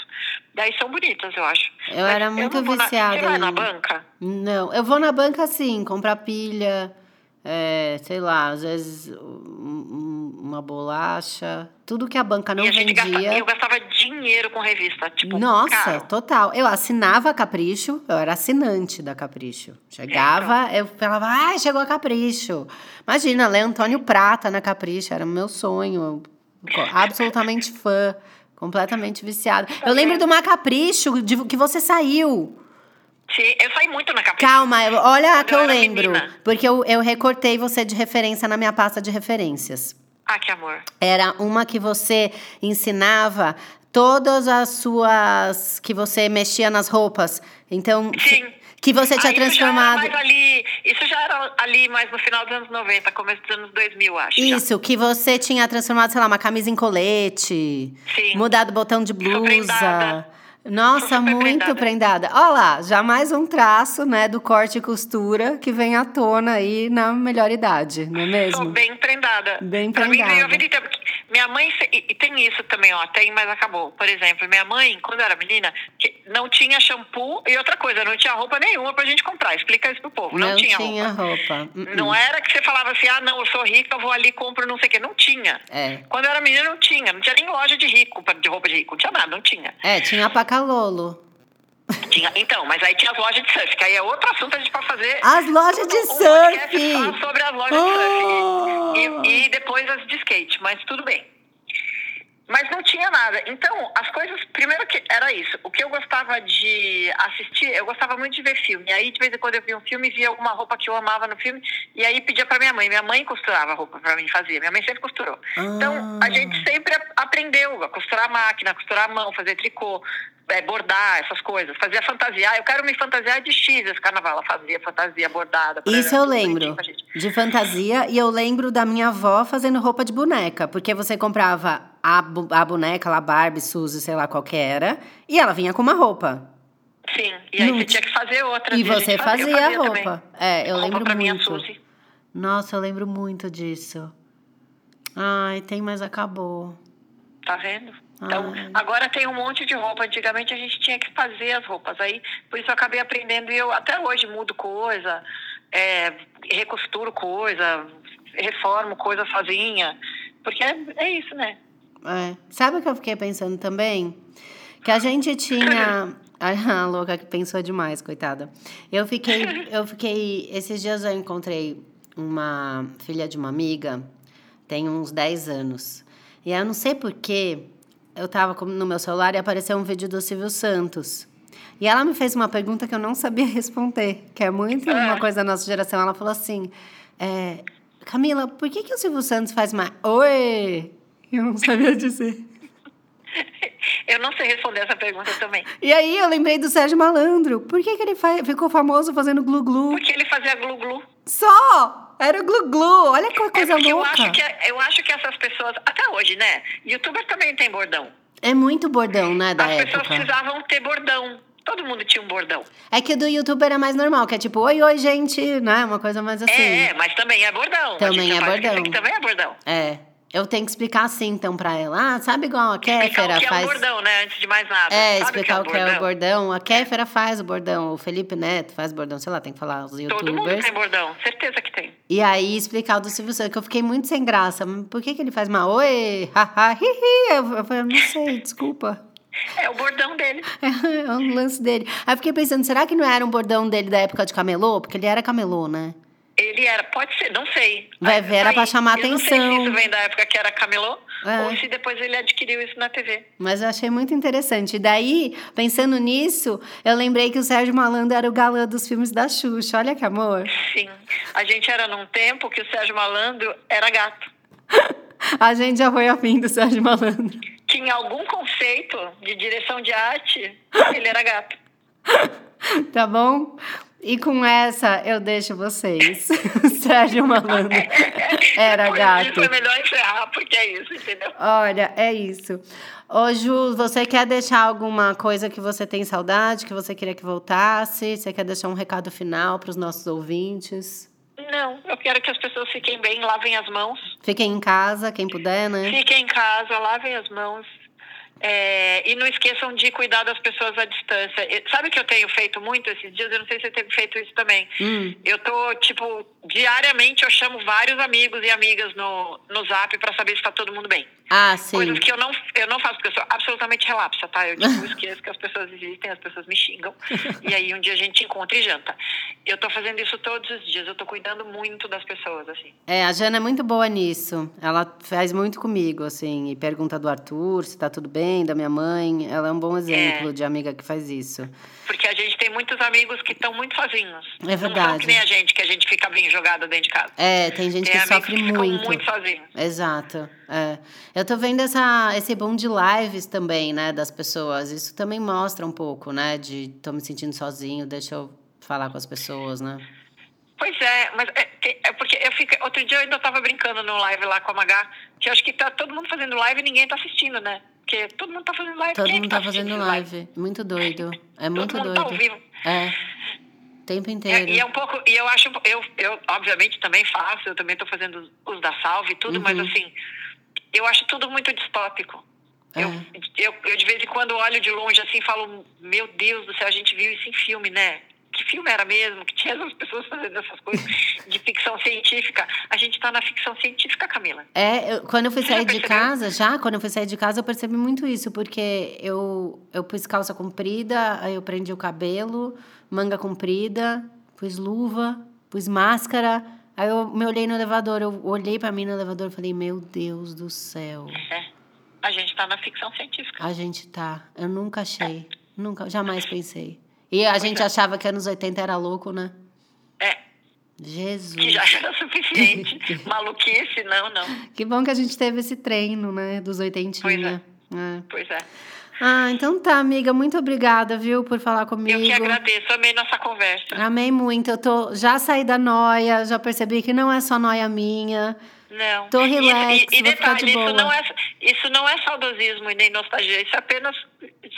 Speaker 2: Daí são bonitas, eu acho.
Speaker 1: Eu era muito
Speaker 2: não vou
Speaker 1: viciada
Speaker 2: Na, você vai na
Speaker 1: em-
Speaker 2: banca?
Speaker 1: Não, eu vou na banca assim, comprar pilha, é, sei lá, às vezes um- um- uma bolacha, tudo que a banca não
Speaker 2: e a gente gasta-
Speaker 1: vendia.
Speaker 2: eu gastava dinheiro com revista, tipo,
Speaker 1: Nossa,
Speaker 2: caro.
Speaker 1: total. Eu assinava a Capricho, eu era assinante da Capricho. Chegava,
Speaker 2: É, então.
Speaker 1: eu falava, ah, chegou a Capricho. Imagina, ler Antônio Prata na Capricho, era o meu sonho. eu co- Absolutamente fã, completamente viciada. Eu
Speaker 2: É.
Speaker 1: lembro de uma Capricho de, que você saiu.
Speaker 2: Sim, eu saí muito na capricha.
Speaker 1: Calma, eu- olha a que
Speaker 2: Quando eu
Speaker 1: eu
Speaker 2: era
Speaker 1: lembro.
Speaker 2: menina.
Speaker 1: Porque eu, eu recortei você de referência na minha pasta de referências.
Speaker 2: Ah, que amor.
Speaker 1: Era uma que você ensinava todas as suas. que você mexia nas roupas. Então.
Speaker 2: Sim.
Speaker 1: Que você tinha
Speaker 2: Ah,
Speaker 1: transformado.
Speaker 2: Isso já, era mais ali, isso já era ali mais no final dos anos 90, começo dos anos 2000, acho. já.
Speaker 1: Isso, que você tinha transformado, sei lá, uma camisa em colete.
Speaker 2: Sim.
Speaker 1: Mudado o botão de
Speaker 2: Sou
Speaker 1: blusa.
Speaker 2: prendada.
Speaker 1: Nossa,
Speaker 2: Sou super
Speaker 1: muito
Speaker 2: prendada.
Speaker 1: prendada. Olha lá, já mais um traço, né, do corte e costura que vem à tona aí na melhor idade, não é mesmo?
Speaker 2: Sou bem prendada.
Speaker 1: Bem
Speaker 2: pra mim veio
Speaker 1: prendada.
Speaker 2: a vida inteira. porque Minha mãe, se- e, e tem isso também, ó, tem, mas acabou. Por exemplo, minha mãe, quando eu era menina, que não tinha shampoo e outra coisa, não tinha roupa nenhuma pra gente comprar. Explica isso pro povo. Não, tinha, roupa.
Speaker 1: Uh-uh.
Speaker 2: Não era que você falava assim, ah, não, eu sou rica, eu vou ali, compro não sei o quê. Não tinha.
Speaker 1: É.
Speaker 2: Quando eu era menina, não tinha. Não tinha nem loja de rico, pra- de roupa de rico. Não tinha nada, não tinha.
Speaker 1: É, tinha pacalolo.
Speaker 2: Tinha- então, mas aí tinha as lojas de surf, que aí é outro assunto a gente pode fazer.
Speaker 1: As lojas Ah, de
Speaker 2: um
Speaker 1: surf!
Speaker 2: podcast só sobre as lojas de
Speaker 1: Oh!
Speaker 2: surf. E, e depois as de skate, mas tudo bem. Mas não tinha nada. Então, as coisas. Primeiro que era isso. O que eu gostava de assistir, eu gostava muito de ver filme. E aí, de vez em quando, eu via um filme, via alguma roupa que eu amava no filme. E aí pedia pra minha mãe. Minha mãe costurava a roupa pra mim fazer. Minha mãe sempre costurou. Então,
Speaker 1: Ah.
Speaker 2: a gente sempre a- aprendeu a costurar a máquina, a costurar a mão, fazer tricô, eh, bordar, essas coisas. Fazia fantasiar. Eu quero me fantasiar de X esse carnaval. Ela fazia fantasia bordada. por
Speaker 1: Isso
Speaker 2: exemplo,
Speaker 1: eu
Speaker 2: tudo bonitinho
Speaker 1: lembro.
Speaker 2: pra gente.
Speaker 1: De fantasia, e eu lembro da minha avó fazendo roupa de boneca. Porque você comprava a, bu- a boneca lá, Barbie, Suzy, sei lá qual que era, e ela vinha com uma roupa.
Speaker 2: Sim. E aí
Speaker 1: Não
Speaker 2: você
Speaker 1: ti-
Speaker 2: tinha que fazer outra.
Speaker 1: E
Speaker 2: a gente
Speaker 1: você
Speaker 2: fazia, eu
Speaker 1: fazia a
Speaker 2: fazia também.
Speaker 1: roupa. É, eu
Speaker 2: Roupa
Speaker 1: lembro
Speaker 2: pra minha
Speaker 1: muito.
Speaker 2: Suzy.
Speaker 1: Nossa, eu lembro muito disso. Ai, tem, mas acabou.
Speaker 2: Tá vendo? Então,
Speaker 1: Ai.
Speaker 2: agora tem um monte de roupa. Antigamente a gente tinha que fazer as roupas. Aí, por isso eu acabei aprendendo e eu até hoje mudo coisa, é, recosturo coisa, reformo coisa sozinha. Porque é, é isso, né?
Speaker 1: É. Sabe o que eu fiquei pensando também? Que a gente tinha. Ah, a louca que pensou demais, coitada. Eu fiquei. Eu fiquei. Esses dias eu encontrei uma filha de uma amiga, tem uns 10 anos. E eu não sei porquê, eu tava com- no meu celular e apareceu um vídeo do Silvio Santos. E ela me fez uma pergunta que eu não sabia responder, que é muito uma coisa da nossa geração. Ela falou assim: é, Camila, por que, que o Silvio Santos faz mais. Oi! Eu não sabia dizer.
Speaker 2: Eu não sei responder essa pergunta também.
Speaker 1: E aí eu lembrei do Sérgio Malandro. Por que, que ele fa- ficou famoso fazendo glu-glu?
Speaker 2: Porque ele fazia glu-glu.
Speaker 1: Só! Era o glu-glu! Olha que coisa
Speaker 2: é porque eu
Speaker 1: louca!
Speaker 2: acho, que, eu acho que essas pessoas, até hoje, né? Youtuber também tem bordão.
Speaker 1: É muito bordão, né, da
Speaker 2: As
Speaker 1: época.
Speaker 2: pessoas precisavam ter bordão. Todo mundo tinha um bordão.
Speaker 1: É que o do youtuber é mais normal, que é tipo, oi, oi, gente, né? Uma coisa mais assim.
Speaker 2: É, é, mas também é bordão. A
Speaker 1: Também
Speaker 2: gente
Speaker 1: é
Speaker 2: não pode esquecer
Speaker 1: bordão.
Speaker 2: que Também é bordão.
Speaker 1: É. Eu tenho que explicar assim, então, pra ela. Ah, sabe igual a
Speaker 2: Explicar
Speaker 1: Kéfera
Speaker 2: o que é um
Speaker 1: faz...
Speaker 2: bordão, né? Antes de mais nada.
Speaker 1: É,
Speaker 2: Sabe
Speaker 1: explicar o que é o bordão. A Kéfera faz o bordão, o Felipe Neto faz bordão, sei lá, tem que falar os
Speaker 2: Todo mundo
Speaker 1: youtubers.
Speaker 2: tem bordão, certeza que tem.
Speaker 1: E aí explicar o do Silvio Santos, que eu fiquei muito sem graça. Mas Por que, que ele faz uma oi, haha, hihi? Eu, eu falei, não sei, desculpa.
Speaker 2: É o bordão dele.
Speaker 1: É um lance dele. Aí eu fiquei pensando, será que não era um bordão dele da época de camelô? Porque ele era camelô, né?
Speaker 2: Ele era, pode ser, não sei.
Speaker 1: Vai ver, era
Speaker 2: Aí,
Speaker 1: pra chamar
Speaker 2: eu Não sei
Speaker 1: atenção.
Speaker 2: se isso vem da época que era camelô
Speaker 1: É.
Speaker 2: ou se depois ele adquiriu isso na TV.
Speaker 1: Mas eu achei muito interessante. E daí, pensando nisso, eu lembrei que o Sérgio Malandro era o galã dos filmes da Xuxa. Olha que amor.
Speaker 2: Sim. A gente era num tempo que o Sérgio Malandro era gato.
Speaker 1: A gente já foi ao fim do Sérgio Malandro.
Speaker 2: Que em algum conceito de direção de arte, ele era gato.
Speaker 1: Tá bom? E com essa eu deixo vocês. Sérgio Malandro era
Speaker 2: Depois
Speaker 1: gato.
Speaker 2: disso, É melhor encerrar, porque é isso, entendeu?
Speaker 1: Olha, é isso. Ô, Ju, você quer deixar alguma coisa que você tem saudade, que você queria que voltasse? Você quer deixar um recado final para os nossos ouvintes?
Speaker 2: Não, eu quero que as pessoas fiquem bem, lavem as mãos.
Speaker 1: Fiquem em casa, quem puder, né?
Speaker 2: Fiquem em casa, lavem as mãos. é, e não esqueçam de cuidar das pessoas à distância. E sabe o que eu tenho feito muito esses dias? Eu não sei se você tem feito isso também.
Speaker 1: Hum.
Speaker 2: Eu tô, tipo, diariamente eu chamo vários amigos e amigas no, no zap pra saber se tá todo mundo bem.
Speaker 1: Ah, sim.
Speaker 2: Coisas que eu não, eu não faço, porque eu sou absolutamente relapsa, tá? Eu tipo, esqueço que as pessoas existem, as pessoas me xingam. E aí um dia a gente encontra e janta. Eu tô fazendo isso todos os dias, eu tô cuidando muito das pessoas, assim.
Speaker 1: É, a Jana é muito boa nisso. Ela faz muito comigo, assim, e pergunta do Arthur se tá tudo bem, da minha mãe. Ela é um bom exemplo de amiga que faz isso.
Speaker 2: Porque a gente tem muitos amigos que estão muito sozinhos.
Speaker 1: É
Speaker 2: Não são
Speaker 1: verdade.
Speaker 2: que nem a gente, que a gente fica bem jogada dentro de casa.
Speaker 1: É, tem gente
Speaker 2: tem
Speaker 1: que
Speaker 2: amigos
Speaker 1: sofre
Speaker 2: que ficam
Speaker 1: muito.
Speaker 2: muito sozinhos.
Speaker 1: Exato. É. Eu tô vendo essa, esse boom de lives também, né, das pessoas. Isso também mostra um pouco, né, de tô me sentindo sozinho, deixa eu falar com as pessoas, né?
Speaker 2: Pois é, mas é, que- é porque eu fico. Outro dia eu ainda tava brincando no live lá com a Magá, que eu acho que tá todo mundo fazendo live e ninguém tá assistindo, né? Porque todo mundo tá fazendo live.
Speaker 1: Todo
Speaker 2: quem é que
Speaker 1: mundo tá
Speaker 2: assistindo
Speaker 1: fazendo live. Muito doido. É muito
Speaker 2: todo mundo
Speaker 1: doido.
Speaker 2: tá ao vivo.
Speaker 1: É. O tempo
Speaker 2: É,
Speaker 1: inteiro.
Speaker 2: e é um pouco, e eu acho, eu, eu obviamente também faço, eu também tô fazendo os da salve e tudo, mas assim, eu acho tudo muito distópico.
Speaker 1: É.
Speaker 2: Eu, eu, eu de vez em quando olho de longe assim e falo, meu Deus do céu, a gente viu isso em filme, né? Que filme era mesmo? Que tinha essas pessoas fazendo essas coisas de ficção científica. A gente tá na ficção científica, Camila.
Speaker 1: É, eu- quando eu fui
Speaker 2: Você já
Speaker 1: sair de
Speaker 2: percebeu?
Speaker 1: casa, já, quando eu fui sair de casa, eu percebi muito isso, porque eu, eu pus calça comprida, aí eu prendi o cabelo, manga comprida, pus luva, pus máscara, aí eu me olhei no elevador, eu olhei pra mim no elevador e falei, meu Deus do céu,
Speaker 2: É. A gente tá na ficção científica.
Speaker 1: a gente tá, eu nunca achei, nunca, jamais pensei. E a gente achava que anos 80 era louco, né?
Speaker 2: É, que
Speaker 1: Jesus.
Speaker 2: já era suficiente. Maluquice, não, não.
Speaker 1: Que bom que a gente teve esse treino, né, dos
Speaker 2: Pois
Speaker 1: oitentinha. É.
Speaker 2: Pois é.
Speaker 1: Ah, então tá, amiga. Muito obrigada, viu, por falar comigo.
Speaker 2: Eu que agradeço, amei nossa conversa.
Speaker 1: Amei muito. Eu tô, já saí da noia, já percebi que não é só noia minha.
Speaker 2: Não.
Speaker 1: Tô
Speaker 2: E- e-
Speaker 1: relax,
Speaker 2: e,
Speaker 1: vou ficar
Speaker 2: detalhe,
Speaker 1: de boa.
Speaker 2: Isso não, é, isso não é saudosismo e nem nostalgia. Isso é apenas.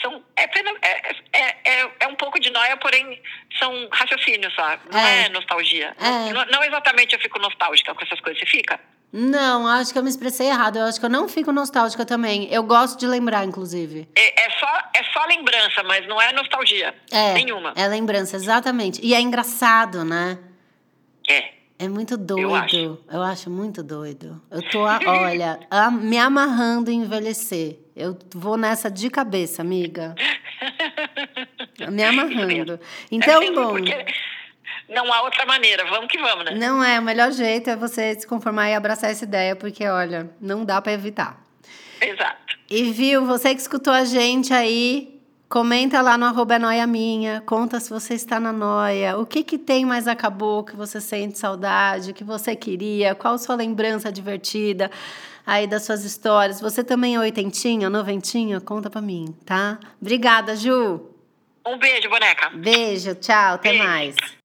Speaker 2: São, é, apenas é, é, é, é um pouco de noia, porém são raciocínios, sabe? Não
Speaker 1: É.
Speaker 2: é, nostalgia.
Speaker 1: É.
Speaker 2: Não, não exatamente eu fico nostálgica com essas coisas. Você fica?
Speaker 1: Não, acho que eu me expressei errado. Eu acho que eu não fico nostálgica também. Eu gosto de lembrar, inclusive.
Speaker 2: É, é só, é só lembrança, mas não é nostalgia.
Speaker 1: É.
Speaker 2: Nenhuma.
Speaker 1: É lembrança, exatamente. E é engraçado, né?
Speaker 2: É.
Speaker 1: É muito doido.
Speaker 2: acho.
Speaker 1: Eu acho muito doido. Eu tô, a- olha, a- me amarrando em envelhecer. Eu vou nessa de cabeça, amiga. Me amarrando. Então,
Speaker 2: É mesmo,
Speaker 1: bom.
Speaker 2: É porque Não há outra maneira. Vamos que vamos, né?
Speaker 1: Não é, o melhor jeito é você se conformar e abraçar essa ideia, porque olha, não dá pra evitar.
Speaker 2: Exato.
Speaker 1: E viu, você que escutou a gente aí, Comenta lá no arroba é noia minha, conta se você está na noia, o que que tem mais acabou, que você sente saudade, que você queria, qual sua lembrança divertida aí das suas histórias. Você também é oitentinha, noventinha? Conta pra mim, tá? Obrigada, Ju.
Speaker 2: Um beijo, boneca.
Speaker 1: Beijo, tchau, até
Speaker 2: Beijo.
Speaker 1: mais.